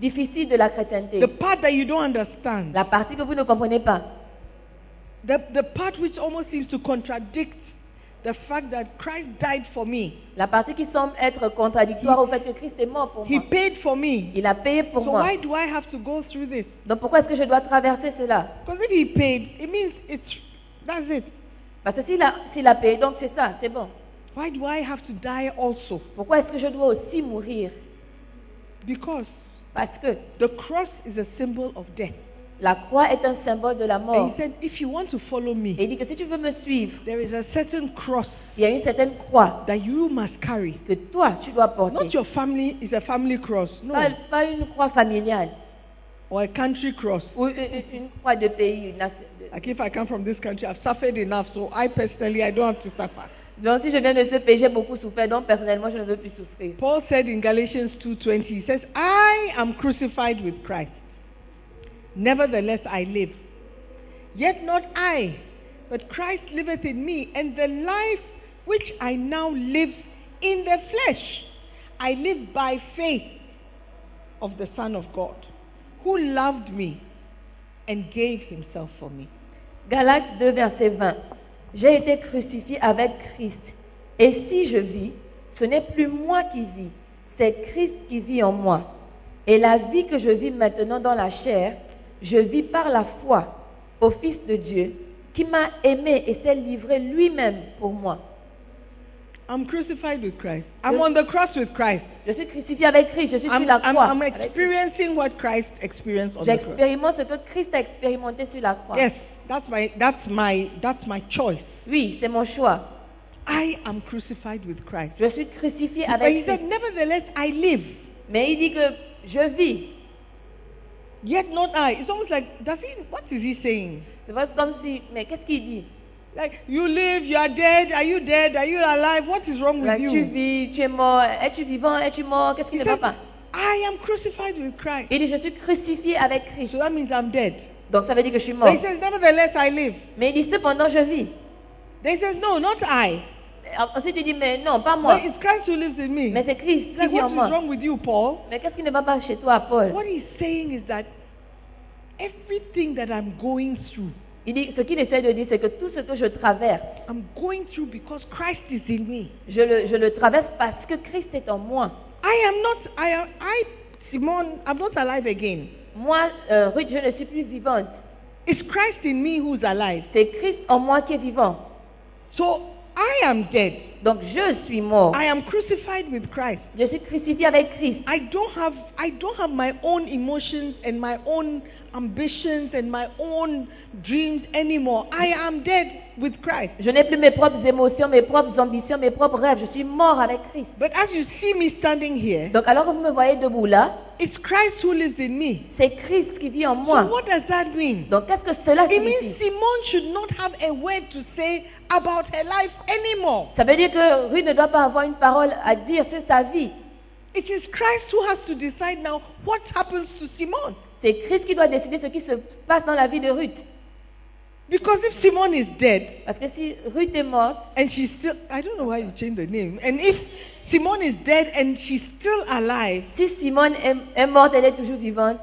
Speaker 2: difficile de la chrétienté.
Speaker 4: The part that you don't understand.
Speaker 2: La partie que vous ne comprenez pas.
Speaker 4: The, the part which almost seems to contradict the fact that Christ died for me.
Speaker 2: La partie qui semble être contradictoire au fait que Christ est mort pour
Speaker 4: He
Speaker 2: moi.
Speaker 4: paid for me.
Speaker 2: Il a payé pour
Speaker 4: So
Speaker 2: moi.
Speaker 4: why do I have to go through this?
Speaker 2: Donc pourquoi est-ce que je dois traverser cela
Speaker 4: Because if he paid, it means it's that's it.
Speaker 2: Parce que s'il a, s'il a payé, donc c'est ça, c'est bon.
Speaker 4: Why do I have to die also?
Speaker 2: Pourquoi est-ce que je dois aussi mourir
Speaker 4: Because
Speaker 2: Parce que
Speaker 4: the cross is a symbol of death.
Speaker 2: La croix est un symbole de la
Speaker 4: And
Speaker 2: mort.
Speaker 4: he said, If you want to follow
Speaker 2: Et
Speaker 4: me,
Speaker 2: il dit que si tu veux me suivre,
Speaker 4: there is a certain cross
Speaker 2: il y a une certaine croix
Speaker 4: that you must carry.
Speaker 2: que toi, tu dois porter.
Speaker 4: Not your family is a family cross,
Speaker 2: Pas,
Speaker 4: no,
Speaker 2: pas une croix familiale
Speaker 4: or a country cross.
Speaker 2: ou une, une- une croix de pays. une nation- de-
Speaker 4: Like if I come from this country, I've suffered enough, so I personally I don't have to suffer.
Speaker 2: Donc, si je viens de ce pays, j'ai beaucoup souffert, donc personnellement, je ne veux plus souffrir.
Speaker 4: Paul said in Galatians 2:20, he says, "I am crucified with Christ. Nevertheless I live. Yet not I, but Christ liveth in me, and the life which I now live in the flesh, I live by faith of the Son of God, who loved me and gave himself for me."
Speaker 2: Galates 2, verset 20. J'ai été crucifié avec Christ. Et si je vis, ce n'est plus moi qui vis, c'est Christ qui vit en moi. Et la vie que je vis maintenant dans la chair, je vis par la foi au Fils de Dieu, qui m'a aimé et s'est livré lui-même pour moi.
Speaker 4: I'm crucified with Christ. I'm on the cross with Christ.
Speaker 2: Je suis crucifié avec Christ, je suis
Speaker 4: I'm,
Speaker 2: sur la
Speaker 4: I'm-
Speaker 2: croix.
Speaker 4: I'm
Speaker 2: avec Christ.
Speaker 4: experiencing what Christ experienced on the cross.
Speaker 2: J'expérimente ce que Christ a expérimenté sur la croix.
Speaker 4: Yes, that's my that's my that's my choice.
Speaker 2: Oui, c'est mon choix.
Speaker 4: I am crucified with Christ.
Speaker 2: Je suis crucifié
Speaker 4: But he
Speaker 2: avec
Speaker 4: said,
Speaker 2: Christ.
Speaker 4: nevertheless, I live.
Speaker 2: Mais il dit que je vis.
Speaker 4: Yet not I. It's almost like does he? What is he saying?
Speaker 2: C'est vrai, c'est comme si. Mais qu'est-ce qu'il dit
Speaker 4: Like you live, you are dead. Are you dead? Are you alive? What is wrong with
Speaker 2: Là, Tu
Speaker 4: you?
Speaker 2: vis, tu es mort, es-tu vivant, es-tu mort Qu'est-ce qui
Speaker 4: He
Speaker 2: ne va
Speaker 4: said,
Speaker 2: pas
Speaker 4: I am crucified with Christ.
Speaker 2: Il dit Je suis crucifié avec Christ.
Speaker 4: So that means I'm dead.
Speaker 2: Donc ça veut dire que je suis mort.
Speaker 4: But he says, nevertheless, I live.
Speaker 2: Mais il dit Cependant, je vis.
Speaker 4: Then he says, no, not I.
Speaker 2: Ensuite, il dit Mais non, pas moi.
Speaker 4: But it's Christ who lives in me.
Speaker 2: Mais c'est Christ qui
Speaker 4: Like,
Speaker 2: vit
Speaker 4: what
Speaker 2: en
Speaker 4: is
Speaker 2: moi.
Speaker 4: wrong with you, Paul?
Speaker 2: Mais qu'est-ce qui ne va pas chez toi, Paul
Speaker 4: What he's saying is that everything that I'm going through,
Speaker 2: Il dit Ce qu'il essaie de dire, c'est que tout ce que je traverse,
Speaker 4: I'm going through because Christ is in me.
Speaker 2: je le, je le traverse parce que Christ est en moi.
Speaker 4: I am not, I am, I, Simon, I'm not alive again.
Speaker 2: Moi, euh, Ruth, je ne suis plus vivante.
Speaker 4: It's Christ in me who's alive.
Speaker 2: C'est Christ en moi qui est vivant.
Speaker 4: So I am dead.
Speaker 2: Donc je suis mort.
Speaker 4: I am crucified with Christ.
Speaker 2: Je suis crucifié avec Christ.
Speaker 4: I don't have, I don't have my own emotions and my own ambitions and my own dreams anymore. I am dead with Christ.
Speaker 2: Je n'ai plus mes propres émotions, mes propres ambitions, mes propres rêves. Je suis mort avec Christ.
Speaker 4: But as you see me standing here,
Speaker 2: Donc alors que vous me voyez debout là,
Speaker 4: it's Christ who lives in me.
Speaker 2: c'est Christ qui vit en
Speaker 4: So
Speaker 2: moi.
Speaker 4: what does that mean?
Speaker 2: Donc qu'est-ce que cela
Speaker 4: It means
Speaker 2: signifie
Speaker 4: Simone should not have a word to say about her life anymore.
Speaker 2: Ça veut dire que Ruth ne doit pas avoir une parole à dire sur sa vie.
Speaker 4: It is Christ who has to decide now what happens to Simone.
Speaker 2: C'est Christ qui doit décider ce qui se passe dans la vie de Ruth.
Speaker 4: Because if Simone is dead
Speaker 2: Parce que si Ruth est morte,
Speaker 4: and she's still, I don't know why you changed the name, and if Simone is dead and she's still alive,
Speaker 2: si Simone est, est morte, elle est toujours vivante,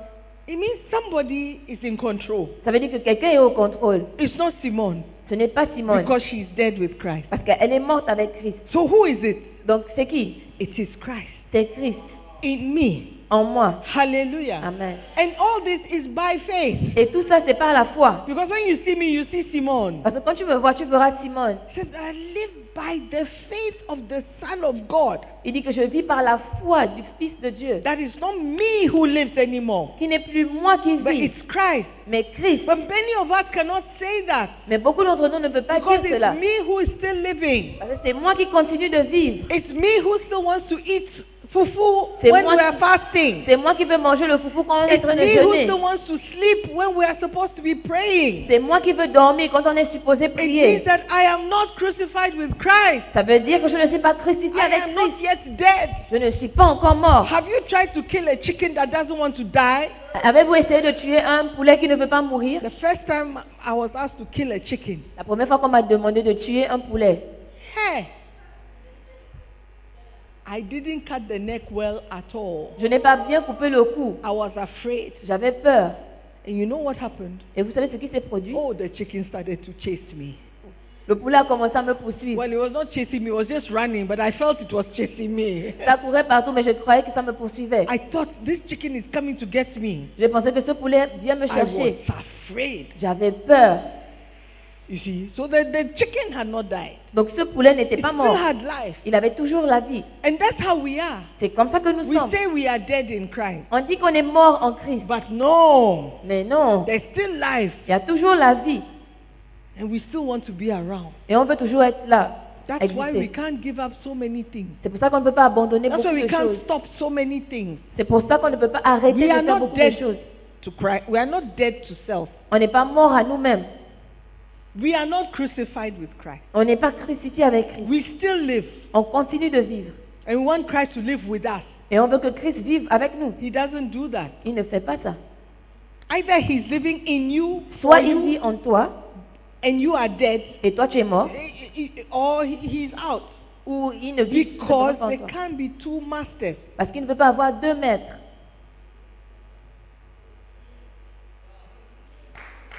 Speaker 4: it means somebody is in control.
Speaker 2: ça veut dire que quelqu'un est au contrôle.
Speaker 4: It's not Simone
Speaker 2: Ce n'est pas Simone.
Speaker 4: because she's dead with Christ.
Speaker 2: Parce qu'elle est morte avec Christ.
Speaker 4: So who is it?
Speaker 2: Donc c'est qui
Speaker 4: It is Christ
Speaker 2: C'est Christ
Speaker 4: in me.
Speaker 2: en moi.
Speaker 4: Hallelujah.
Speaker 2: Amen.
Speaker 4: And all this is by faith.
Speaker 2: Et tout ça, c'est par la foi.
Speaker 4: Because when you see me, you see Simone.
Speaker 2: Parce que quand tu me vois, tu verras Simone.
Speaker 4: He says, I live by the faith of the Son of God.
Speaker 2: Il dit que je vis par la foi du Fils de Dieu.
Speaker 4: That is not me who lives anymore,
Speaker 2: Qui n'est plus moi qui
Speaker 4: but
Speaker 2: vis,
Speaker 4: it's Christ.
Speaker 2: mais Christ.
Speaker 4: But many of us cannot say that
Speaker 2: Mais beaucoup d'entre nous ne peuvent pas
Speaker 4: because
Speaker 2: dire cela.
Speaker 4: it's me who is still living.
Speaker 2: Parce que c'est moi qui continue de vivre.
Speaker 4: It's me who still wants to eat fufu
Speaker 2: C'est
Speaker 4: when
Speaker 2: moi
Speaker 4: we are
Speaker 2: qui-
Speaker 4: fasting.
Speaker 2: C'est moi qui veux manger le foufou quand on est en
Speaker 4: It's
Speaker 2: train de
Speaker 4: me who
Speaker 2: jeûner.
Speaker 4: still wants to sleep when we are supposed to be praying.
Speaker 2: C'est moi qui veux dormir quand on est supposé
Speaker 4: It means
Speaker 2: prier.
Speaker 4: that I am not crucified with Christ.
Speaker 2: Ça veut dire que je ne suis pas crucifié
Speaker 4: I
Speaker 2: avec
Speaker 4: am
Speaker 2: Christ.
Speaker 4: not yet dead.
Speaker 2: Je ne suis pas encore mort.
Speaker 4: Have you tried to kill a chicken that doesn't want to die?
Speaker 2: Avez-vous essayé de tuer un poulet qui ne veut pas mourir
Speaker 4: The first time I was asked to kill a chicken,
Speaker 2: La première fois qu'on m'a demandé de tuer un poulet,
Speaker 4: hey, I didn't cut the neck well at all.
Speaker 2: je n'ai pas bien coupé le cou.
Speaker 4: I was afraid.
Speaker 2: J'avais peur.
Speaker 4: And you know what happened?
Speaker 2: Et vous savez ce qui s'est produit
Speaker 4: Oh, the chicken started to chase me.
Speaker 2: Le poulet a commencé à me poursuivre.
Speaker 4: Well, it was not chasing me, it was just running, but I felt it was chasing me.
Speaker 2: Ça courait partout, mais je croyais que ça me poursuivait.
Speaker 4: I thought this chicken is coming to get me.
Speaker 2: Je pensais que ce poulet vient me
Speaker 4: I was
Speaker 2: chercher.
Speaker 4: afraid.
Speaker 2: J'avais peur.
Speaker 4: You see, so the, the chicken had not died.
Speaker 2: Donc ce poulet n'était
Speaker 4: It
Speaker 2: pas
Speaker 4: still
Speaker 2: mort.
Speaker 4: had life.
Speaker 2: Il avait toujours la vie.
Speaker 4: And that's how we are.
Speaker 2: C'est comme ça que nous
Speaker 4: We
Speaker 2: sommes.
Speaker 4: say we are dead in Christ.
Speaker 2: On dit qu'on est mort en Christ.
Speaker 4: But no,
Speaker 2: Mais non,
Speaker 4: there's still life.
Speaker 2: il y a toujours la vie.
Speaker 4: And we still want to be around.
Speaker 2: Et on veut toujours être là.
Speaker 4: That's why we
Speaker 2: exister.
Speaker 4: can't give up so many things.
Speaker 2: C'est pour ça qu'on ne peut pas abandonner
Speaker 4: That's
Speaker 2: beaucoup
Speaker 4: why we
Speaker 2: de choses.
Speaker 4: can't stop so many things.
Speaker 2: C'est pour ça qu'on ne peut pas arrêter
Speaker 4: We
Speaker 2: de
Speaker 4: are
Speaker 2: faire
Speaker 4: not
Speaker 2: beaucoup
Speaker 4: dead
Speaker 2: de choses.
Speaker 4: to Christ. We are not dead to self.
Speaker 2: On n'est pas mort à nous-mêmes.
Speaker 4: We are not crucified with Christ.
Speaker 2: On n'est pas crucifié avec Christ.
Speaker 4: We still live.
Speaker 2: On continue de vivre.
Speaker 4: And we want Christ to live with us.
Speaker 2: Et on veut que Christ vive avec nous.
Speaker 4: He doesn't do that.
Speaker 2: Il ne fait pas ça.
Speaker 4: Either he's living in you,
Speaker 2: Soit
Speaker 4: or
Speaker 2: il
Speaker 4: you-
Speaker 2: vit en toi
Speaker 4: and you are dead,
Speaker 2: et toi tu es mort,
Speaker 4: eh, eh, eh, or he- he's out.
Speaker 2: ou il ne vit que
Speaker 4: Because
Speaker 2: en
Speaker 4: there
Speaker 2: toi.
Speaker 4: can't be two masters.
Speaker 2: Parce qu'il ne peut pas avoir deux maîtres.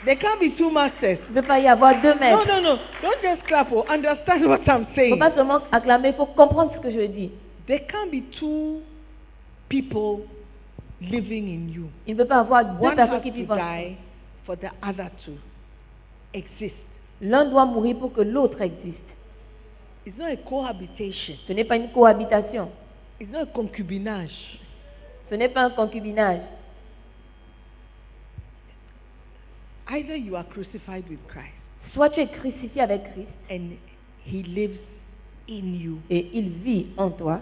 Speaker 4: There can't be two masters.
Speaker 2: Il ne peut pas y avoir deux
Speaker 4: No,
Speaker 2: maîtres.
Speaker 4: no, no. Don't just clap or understand what I'm
Speaker 2: Il ne faut
Speaker 4: saying.
Speaker 2: pas seulement acclamer, il faut comprendre ce que je dis.
Speaker 4: There can't be two people living in you.
Speaker 2: Il ne peut pas avoir deux
Speaker 4: One
Speaker 2: personnes
Speaker 4: has
Speaker 2: qui
Speaker 4: to
Speaker 2: vivent en toi.
Speaker 4: die for the other to exist.
Speaker 2: L'un doit mourir pour que l'autre existe.
Speaker 4: It's not a cohabitation.
Speaker 2: Ce n'est pas une cohabitation.
Speaker 4: It's not a concubinage.
Speaker 2: Ce n'est pas un concubinage.
Speaker 4: Either you are crucified with Christ
Speaker 2: Soit tu es crucifié avec Christ
Speaker 4: and he lives in you,
Speaker 2: et il vit en toi,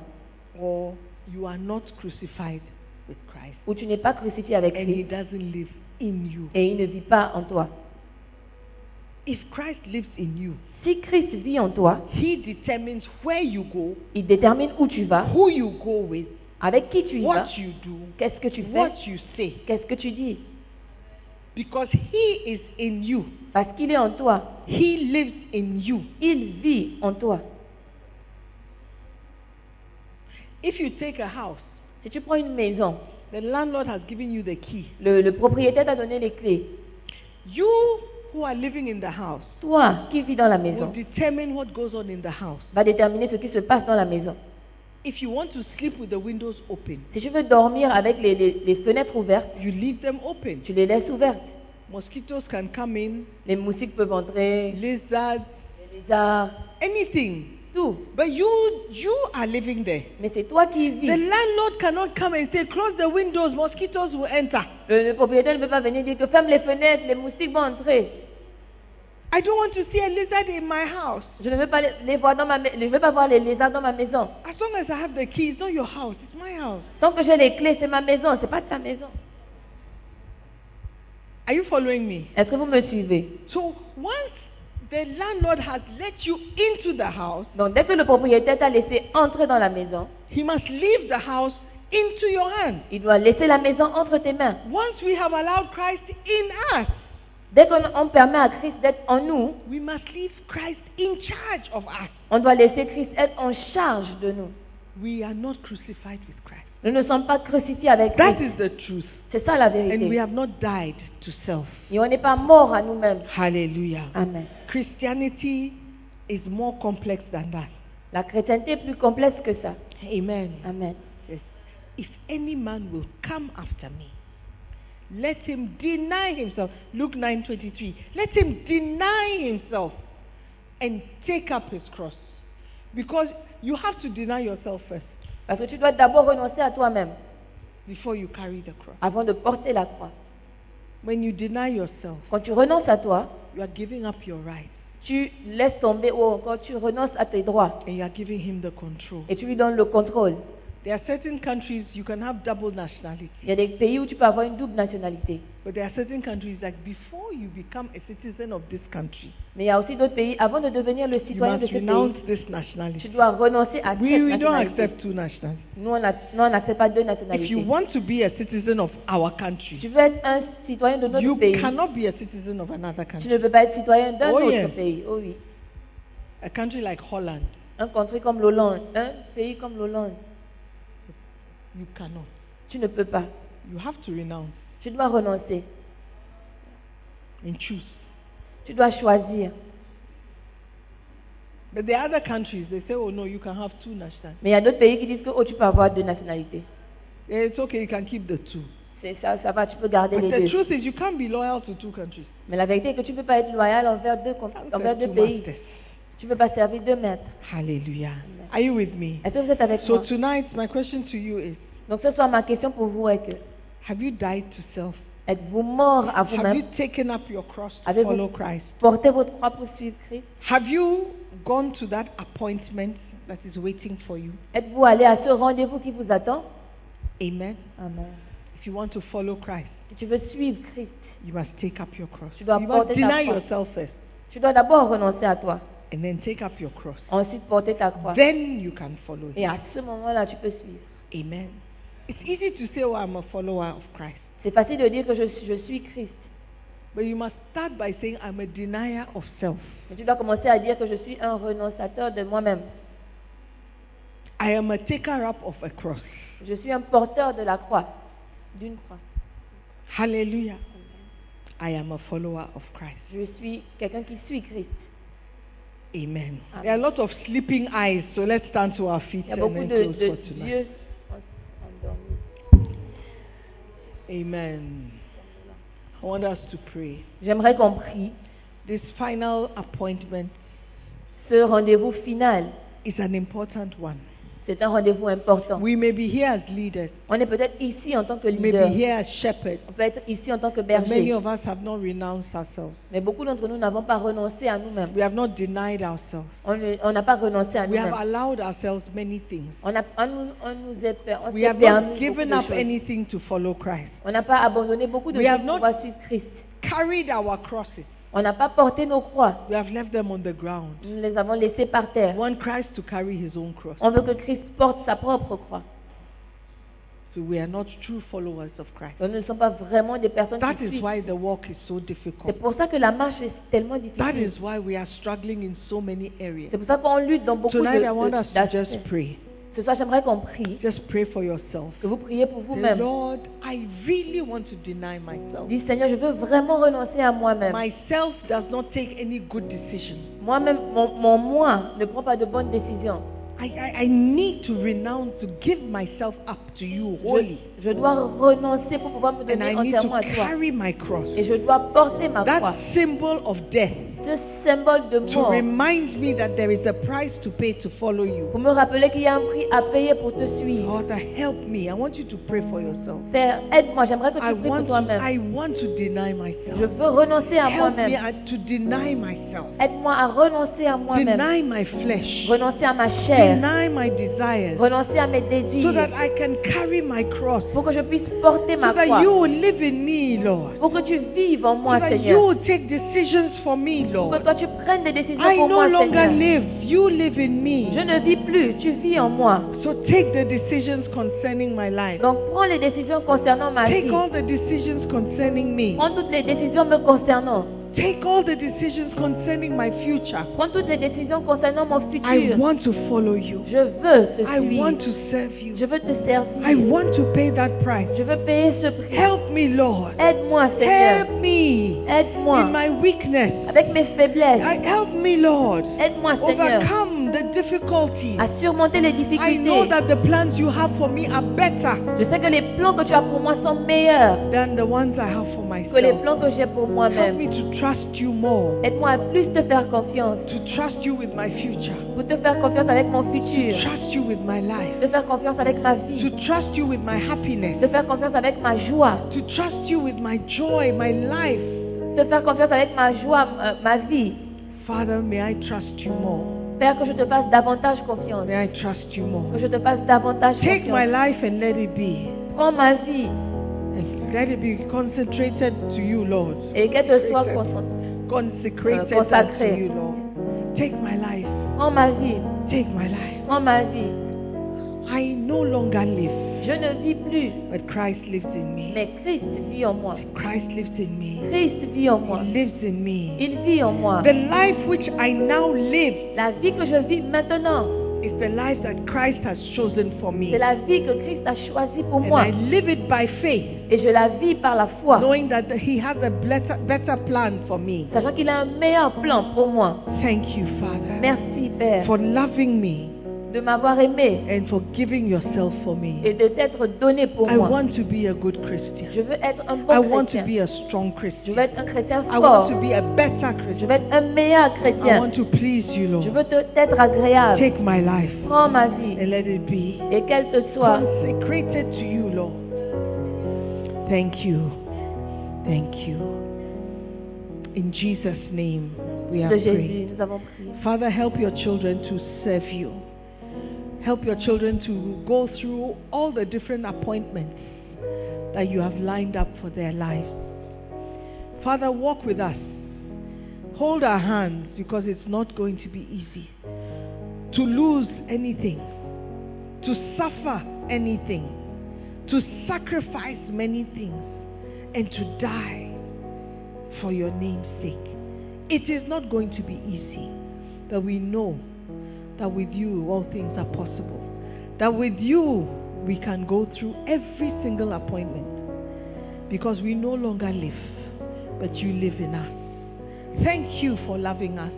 Speaker 4: or you are not crucified with Christ
Speaker 2: ou tu n'es pas crucifié avec
Speaker 4: and he
Speaker 2: Christ
Speaker 4: doesn't live in you.
Speaker 2: et il ne vit pas en toi.
Speaker 4: If Christ lives in you,
Speaker 2: Si Christ vit en toi,
Speaker 4: he determines where you go,
Speaker 2: il détermine où tu vas,
Speaker 4: who you go with,
Speaker 2: avec qui tu y vas,
Speaker 4: what you do,
Speaker 2: qu'est-ce que tu fais,
Speaker 4: what you say,
Speaker 2: qu'est-ce que tu dis.
Speaker 4: because he is in you.
Speaker 2: Parce qu'il est en toi,
Speaker 4: He lives in you.
Speaker 2: il vit en toi.
Speaker 4: If you take a house,
Speaker 2: Si tu prends une maison,
Speaker 4: the landlord has given you the key.
Speaker 2: le, le propriétaire t'a donné les clés.
Speaker 4: You who are living in the house
Speaker 2: Toi qui vis dans la
Speaker 4: will
Speaker 2: maison,
Speaker 4: determine what goes on in the house.
Speaker 2: va déterminer ce qui se passe dans la maison.
Speaker 4: If you want to sleep with the windows open,
Speaker 2: Si tu veux dormir avec les, les- les fenêtres ouvertes,
Speaker 4: you leave them open.
Speaker 2: tu les laisses ouvertes.
Speaker 4: Mosquitoes can come in,
Speaker 2: Les moustiques peuvent entrer,
Speaker 4: lizards,
Speaker 2: les lézards,
Speaker 4: anything.
Speaker 2: tout.
Speaker 4: But you you are living there.
Speaker 2: Mais c'est toi qui y
Speaker 4: The
Speaker 2: vis.
Speaker 4: landlord cannot come and say, close the windows, mosquitoes will enter.
Speaker 2: Le, le propriétaire ne peut pas venir dire que ferme les fenêtres, les moustiques vont entrer.
Speaker 4: I don't want to see a lizard in my house.
Speaker 2: Je ne veux pas les, les voir dans ma ma- je ne veux pas voir les lézards dans ma maison.
Speaker 4: As long as I have the key, it's not your house, it's my house.
Speaker 2: Tant que j'ai les clés, c'est ma maison, c'est pas ta maison.
Speaker 4: Are you following me?
Speaker 2: Est-ce que vous me suivez
Speaker 4: So once the landlord has let you into the house,
Speaker 2: Donc dès que le propriétaire t'a laissé entrer dans la maison,
Speaker 4: he must leave the house into your hands.
Speaker 2: il doit laisser la maison entre tes mains.
Speaker 4: Once we have allowed Christ in us,
Speaker 2: Dès qu'on on permet à Christ d'être en nous,
Speaker 4: we must leave Christ in charge of us.
Speaker 2: on doit laisser Christ être en charge de nous.
Speaker 4: We are not crucified with Christ.
Speaker 2: Nous ne sommes pas crucifiés avec
Speaker 4: That
Speaker 2: Christ.
Speaker 4: is the truth.
Speaker 2: C'est ça la
Speaker 4: And we
Speaker 2: vérité.
Speaker 4: have not died to self.
Speaker 2: Et on n'est pas mort à nous-mêmes.
Speaker 4: Hallelujah.
Speaker 2: Amen.
Speaker 4: Christianity is more complex than that.
Speaker 2: La chrétienté est plus complexe que ça.
Speaker 4: Amen.
Speaker 2: Amen.
Speaker 4: Yes. If any man will come after me, let him deny himself. Luke 9:23. Let him deny himself and take up his cross. Because you have to deny yourself first
Speaker 2: Parce que tu dois d'abord renoncer à toi-même
Speaker 4: before you carry the cross.
Speaker 2: avant de porter la croix.
Speaker 4: When you deny yourself,
Speaker 2: Quand tu renonces à toi,
Speaker 4: you are giving up your rights
Speaker 2: tu laisses tomber ou encore tu renonces à tes droits
Speaker 4: and you are giving him the control.
Speaker 2: et tu lui donnes le contrôle.
Speaker 4: There are certain countries you can have double nationality,
Speaker 2: Il y a des pays où tu peux avoir une double nationalité.
Speaker 4: but there are certain countries that before you become a citizen of this country,
Speaker 2: Mais il y a aussi d'autres pays, avant de devenir le
Speaker 4: you
Speaker 2: citoyen de
Speaker 4: must
Speaker 2: ce
Speaker 4: renounce
Speaker 2: pays,
Speaker 4: this
Speaker 2: tu
Speaker 4: nationality.
Speaker 2: dois renoncer à
Speaker 4: We,
Speaker 2: cette
Speaker 4: we don't
Speaker 2: nationalité.
Speaker 4: accept two nationalities.
Speaker 2: Nous, on n'a- nous, on n'accepte pas deux
Speaker 4: If you
Speaker 2: nationalités.
Speaker 4: want to be a citizen of our
Speaker 2: Tu
Speaker 4: country,
Speaker 2: veux être un citoyen de
Speaker 4: you
Speaker 2: notre pays.
Speaker 4: cannot be a citizen of another
Speaker 2: Tu
Speaker 4: country.
Speaker 2: ne peux pas être citoyen d'un
Speaker 4: Oh,
Speaker 2: autre
Speaker 4: yes.
Speaker 2: pays. Oh oui.
Speaker 4: A country like Holland,
Speaker 2: Un country comme l'Hollande, un pays comme l'Hollande,
Speaker 4: you cannot.
Speaker 2: tu ne peux pas.
Speaker 4: You have to renounce
Speaker 2: Tu dois renoncer.
Speaker 4: and choose.
Speaker 2: Tu dois choisir.
Speaker 4: But the other countries, they say, oh no, you can have two nationalities.
Speaker 2: Mais il y a d'autres pays qui disent que oh, tu peux avoir deux nationalités.
Speaker 4: Eh, It's okay, you can keep the two.
Speaker 2: C'est ça, ça va, tu peux garder
Speaker 4: But
Speaker 2: les
Speaker 4: the
Speaker 2: deux.
Speaker 4: truth is, you can't be loyal to two countries.
Speaker 2: Mais la vérité est que tu ne peux pas être loyal envers deux, con- envers
Speaker 4: There's
Speaker 2: deux
Speaker 4: two
Speaker 2: pays.
Speaker 4: masters.
Speaker 2: Tu ne peux pas servir deux maîtres.
Speaker 4: Hallelujah. Are you with me?
Speaker 2: Est-ce que vous êtes avec
Speaker 4: So
Speaker 2: moi
Speaker 4: tonight, my question to you is:
Speaker 2: Donc ce soir, ma question pour vous est que
Speaker 4: Have you died to self?
Speaker 2: êtes-vous mort à
Speaker 4: Have you
Speaker 2: vous-même
Speaker 4: taken up your cross to
Speaker 2: Avez-vous-
Speaker 4: follow Christ?
Speaker 2: Portez votre croix pour suivre Christ
Speaker 4: Have you gone to that appointment that is waiting for you?
Speaker 2: Êtes-vous allé à ce rendez-vous qui vous attend
Speaker 4: Amen.
Speaker 2: Amen.
Speaker 4: If you want to follow Christ,
Speaker 2: Si tu veux suivre Christ,
Speaker 4: you must take up your cross.
Speaker 2: Tu dois
Speaker 4: you must
Speaker 2: porter ta
Speaker 4: deny
Speaker 2: croix.
Speaker 4: yourself first,
Speaker 2: tu dois d'abord renoncer à toi,
Speaker 4: and then take up your cross.
Speaker 2: ensuite porter ta croix.
Speaker 4: Then you can follow
Speaker 2: Et
Speaker 4: Him.
Speaker 2: à ce moment-là, tu peux suivre.
Speaker 4: Amen. It's easy to say, "Oh, I'm a follower of Christ,"
Speaker 2: C'est facile de dire que je, suis- je suis Christ.
Speaker 4: but you must start by saying, "I'm a denier of self.
Speaker 2: Mais tu dois commencer à dire que je suis un renonciateur de moi-même.
Speaker 4: I am a taker up of a cross."
Speaker 2: Je suis un porteur de la croix, d'une croix.
Speaker 4: Hallelujah. I am a follower of Christ.
Speaker 2: Je suis quelqu'un qui suit Christ.
Speaker 4: Amen.
Speaker 2: Amen.
Speaker 4: There are a lot of sleeping eyes, so let's stand to our feet
Speaker 2: Il y a
Speaker 4: and
Speaker 2: beaucoup
Speaker 4: then
Speaker 2: de,
Speaker 4: close
Speaker 2: de
Speaker 4: for tonight.
Speaker 2: dieux en- endormis.
Speaker 4: Amen. I want us to pray.
Speaker 2: J'aimerais qu'on prie.
Speaker 4: This final appointment
Speaker 2: Ce rendez-vous final,
Speaker 4: is an important one.
Speaker 2: c'est un rendez-vous important.
Speaker 4: We may be here as leaders,
Speaker 2: On est peut-être ici en tant que
Speaker 4: we may
Speaker 2: leader.
Speaker 4: be here as shepherds.
Speaker 2: On peut être ici en tant que
Speaker 4: But many
Speaker 2: berger.
Speaker 4: of us have not renounced ourselves.
Speaker 2: Mais beaucoup d'entre nous n'avons pas renoncé à nous-mêmes.
Speaker 4: We have not denied ourselves.
Speaker 2: On ne- on n'a pas renoncé à
Speaker 4: We have
Speaker 2: nous-mêmes.
Speaker 4: allowed ourselves many things.
Speaker 2: On, a- on nous, on nous est per- on
Speaker 4: We
Speaker 2: s'est
Speaker 4: have not
Speaker 2: permis beaucoup
Speaker 4: given
Speaker 2: de
Speaker 4: up
Speaker 2: choses.
Speaker 4: anything to follow Christ.
Speaker 2: On n'a pas abandonné beaucoup de
Speaker 4: We have
Speaker 2: choses
Speaker 4: not-
Speaker 2: pour pouvoir suivre Christ.
Speaker 4: Carried our crosses.
Speaker 2: On n'a pas porté nos croix.
Speaker 4: We have left them on the ground.
Speaker 2: Nous les avons laissées par terre.
Speaker 4: We want Christ to carry his own cross.
Speaker 2: On veut que Christ porte sa propre croix.
Speaker 4: So we are not true followers of Christ.
Speaker 2: Donc, nous ne sommes pas vraiment des personnes
Speaker 4: That
Speaker 2: qui
Speaker 4: is
Speaker 2: suivent.
Speaker 4: why the walk is so
Speaker 2: C'est
Speaker 4: difficult.
Speaker 2: pour ça que la marche est tellement
Speaker 4: That
Speaker 2: difficile.
Speaker 4: is why we are struggling in so many areas.
Speaker 2: C'est pour ça qu'on lutte dans beaucoup de
Speaker 4: Tonight I want
Speaker 2: de-
Speaker 4: us to
Speaker 2: d'aspects.
Speaker 4: just pray.
Speaker 2: Ce soir, j'aimerais qu'on prie,
Speaker 4: Just pray for yourself.
Speaker 2: que vous priez pour
Speaker 4: Say,
Speaker 2: vous-même.
Speaker 4: Lord, I really want to deny myself.
Speaker 2: Dis Seigneur, je veux vraiment renoncer à moi-même.
Speaker 4: Myself does not take any good decision.
Speaker 2: Moi-même, mon, mon moi ne prend pas de bonnes décisions.
Speaker 4: I, I, I need to renounce to give myself up to you wholly.
Speaker 2: Je, je dois renoncer pour pouvoir me
Speaker 4: And
Speaker 2: donner
Speaker 4: I need to
Speaker 2: entièrement à toi.
Speaker 4: carry my cross.
Speaker 2: Et je dois porter ma croix.
Speaker 4: That symbol of death
Speaker 2: Ce symbole de
Speaker 4: to
Speaker 2: mort
Speaker 4: remind me that there is a price to pay to follow you.
Speaker 2: pour me rappeler qu'il y a un prix à payer pour te suivre.
Speaker 4: Father, help me. I want you to pray for yourself.
Speaker 2: Père, aide-moi, j'aimerais que
Speaker 4: Oh. I
Speaker 2: tu pries pour
Speaker 4: want,
Speaker 2: toi-même.
Speaker 4: I want to deny
Speaker 2: Je
Speaker 4: myself.
Speaker 2: veux renoncer à
Speaker 4: Help me
Speaker 2: moi-même.
Speaker 4: uh, to deny myself.
Speaker 2: Aide-moi à renoncer à moi-même.
Speaker 4: Deny my flesh.
Speaker 2: Renoncer à ma chair.
Speaker 4: Deny my desires.
Speaker 2: Renoncer à mes
Speaker 4: So that
Speaker 2: désirs.
Speaker 4: I can carry my cross.
Speaker 2: Pour que je puisse porter ma
Speaker 4: So that you
Speaker 2: croix.
Speaker 4: will live in me, Lord.
Speaker 2: Pour que tu vives en
Speaker 4: So
Speaker 2: moi,
Speaker 4: that you
Speaker 2: Seigneur.
Speaker 4: will take decisions for me,
Speaker 2: Pour que
Speaker 4: Lord.
Speaker 2: toi tu prennes des décisions
Speaker 4: I
Speaker 2: pour
Speaker 4: no
Speaker 2: moi,
Speaker 4: longer
Speaker 2: Seigneur.
Speaker 4: live. You live in
Speaker 2: Je
Speaker 4: me.
Speaker 2: ne vis plus, tu vis en moi.
Speaker 4: So take the decisions concerning my life.
Speaker 2: Donc prends les décisions concernant ma vie.
Speaker 4: Take all the decisions concerning me.
Speaker 2: Prends toutes les décisions me concernant.
Speaker 4: Take all the decisions concerning my future.
Speaker 2: Prends toutes les décisions concernant mon
Speaker 4: I
Speaker 2: futur.
Speaker 4: want to follow you.
Speaker 2: Je veux te
Speaker 4: I
Speaker 2: suivre.
Speaker 4: want to serve
Speaker 2: Je
Speaker 4: you.
Speaker 2: veux te
Speaker 4: I
Speaker 2: servir.
Speaker 4: want to pay that price.
Speaker 2: Je veux payer ce prix.
Speaker 4: Help me, Lord.
Speaker 2: Aide-moi, Seigneur.
Speaker 4: Help me in
Speaker 2: Aide-moi
Speaker 4: my weakness.
Speaker 2: avec mes
Speaker 4: I-
Speaker 2: faiblesses.
Speaker 4: Help me, Lord.
Speaker 2: Aide-moi, Seigneur,
Speaker 4: Overcome the difficulties.
Speaker 2: à surmonter les
Speaker 4: I know
Speaker 2: difficultés.
Speaker 4: that the plans you have for me are better
Speaker 2: Je sais que les plans que tu as pour moi sont meilleurs
Speaker 4: than the ones I have for
Speaker 2: que les
Speaker 4: myself.
Speaker 2: plans que j'ai pour
Speaker 4: Help
Speaker 2: moi-même.
Speaker 4: me to trust you more,
Speaker 2: Aide-moi à plus te faire confiance,
Speaker 4: to trust you with my future,
Speaker 2: pour te faire confiance avec mon
Speaker 4: to
Speaker 2: futur,
Speaker 4: trust you with my life,
Speaker 2: de faire confiance avec ma vie,
Speaker 4: to trust you with my happiness,
Speaker 2: de faire confiance avec ma joie,
Speaker 4: to trust you with my joy, my life.
Speaker 2: de faire confiance avec ma joie, euh, ma vie.
Speaker 4: Father, may I trust you more.
Speaker 2: Père, que je te fasse davantage confiance,
Speaker 4: May I trust you
Speaker 2: que
Speaker 4: more.
Speaker 2: je te fasse davantage
Speaker 4: Take my
Speaker 2: confiance.
Speaker 4: life and let it be.
Speaker 2: Prends ma vie
Speaker 4: And let it be concentrated to you, Lord.
Speaker 2: et qu'elle te soit
Speaker 4: Consecrated.
Speaker 2: concentrée.
Speaker 4: Consecrated
Speaker 2: Uh, consacré.
Speaker 4: unto you, Lord. Take my life.
Speaker 2: Prends ma vie,
Speaker 4: Take my life.
Speaker 2: prends ma vie.
Speaker 4: I no longer live,
Speaker 2: Je ne vis plus,
Speaker 4: but Christ lives in me.
Speaker 2: mais Christ vit en moi.
Speaker 4: Christ lives in me.
Speaker 2: Christ vit en
Speaker 4: He
Speaker 2: moi.
Speaker 4: lives in me.
Speaker 2: Il vit en moi.
Speaker 4: The life which I now live
Speaker 2: La vie que je vis maintenant,
Speaker 4: is the life that Christ has chosen for me.
Speaker 2: c'est la vie que Christ a choisie pour
Speaker 4: And
Speaker 2: moi.
Speaker 4: I live it by faith,
Speaker 2: Et je la vis par la foi,
Speaker 4: knowing that He has a better, better plan for me.
Speaker 2: sachant qu'il a un meilleur plan pour moi.
Speaker 4: Thank you, Father,
Speaker 2: Merci, Père,
Speaker 4: for loving me
Speaker 2: de m'avoir aimé
Speaker 4: and for giving yourself for
Speaker 2: et
Speaker 4: me.
Speaker 2: de t'être donné pour
Speaker 4: I
Speaker 2: moi.
Speaker 4: want to be a good
Speaker 2: Je
Speaker 4: Christian.
Speaker 2: veux être un
Speaker 4: I
Speaker 2: bon
Speaker 4: want to be
Speaker 2: chrétien.
Speaker 4: a strong
Speaker 2: Je
Speaker 4: Christian.
Speaker 2: veux être un chrétien
Speaker 4: I want
Speaker 2: fort.
Speaker 4: to be a better
Speaker 2: Je veux
Speaker 4: Christian.
Speaker 2: être un meilleur
Speaker 4: I
Speaker 2: chrétien.
Speaker 4: want to please you,
Speaker 2: Je
Speaker 4: Lord.
Speaker 2: veux te- t'être agréable.
Speaker 4: Take my life
Speaker 2: Prends ma vie
Speaker 4: and let it be
Speaker 2: et qu'elle te soit
Speaker 4: consecrated to you, Lord. Thank you. Thank you. In Jesus' name, we are
Speaker 2: de Jésus.
Speaker 4: praying.
Speaker 2: Nous avons prié.
Speaker 4: Father, help your children to serve you. Help your children to go through all the different appointments that you have lined up for their lives. Father, walk with us. Hold our hands because it's not going to be easy to lose anything, to suffer anything, to sacrifice many things, and to die for your name's sake. It is not going to be easy, but we know that with you all things are possible. That with you we can go through every single appointment because we no longer live, but you live in us. Thank you for loving us,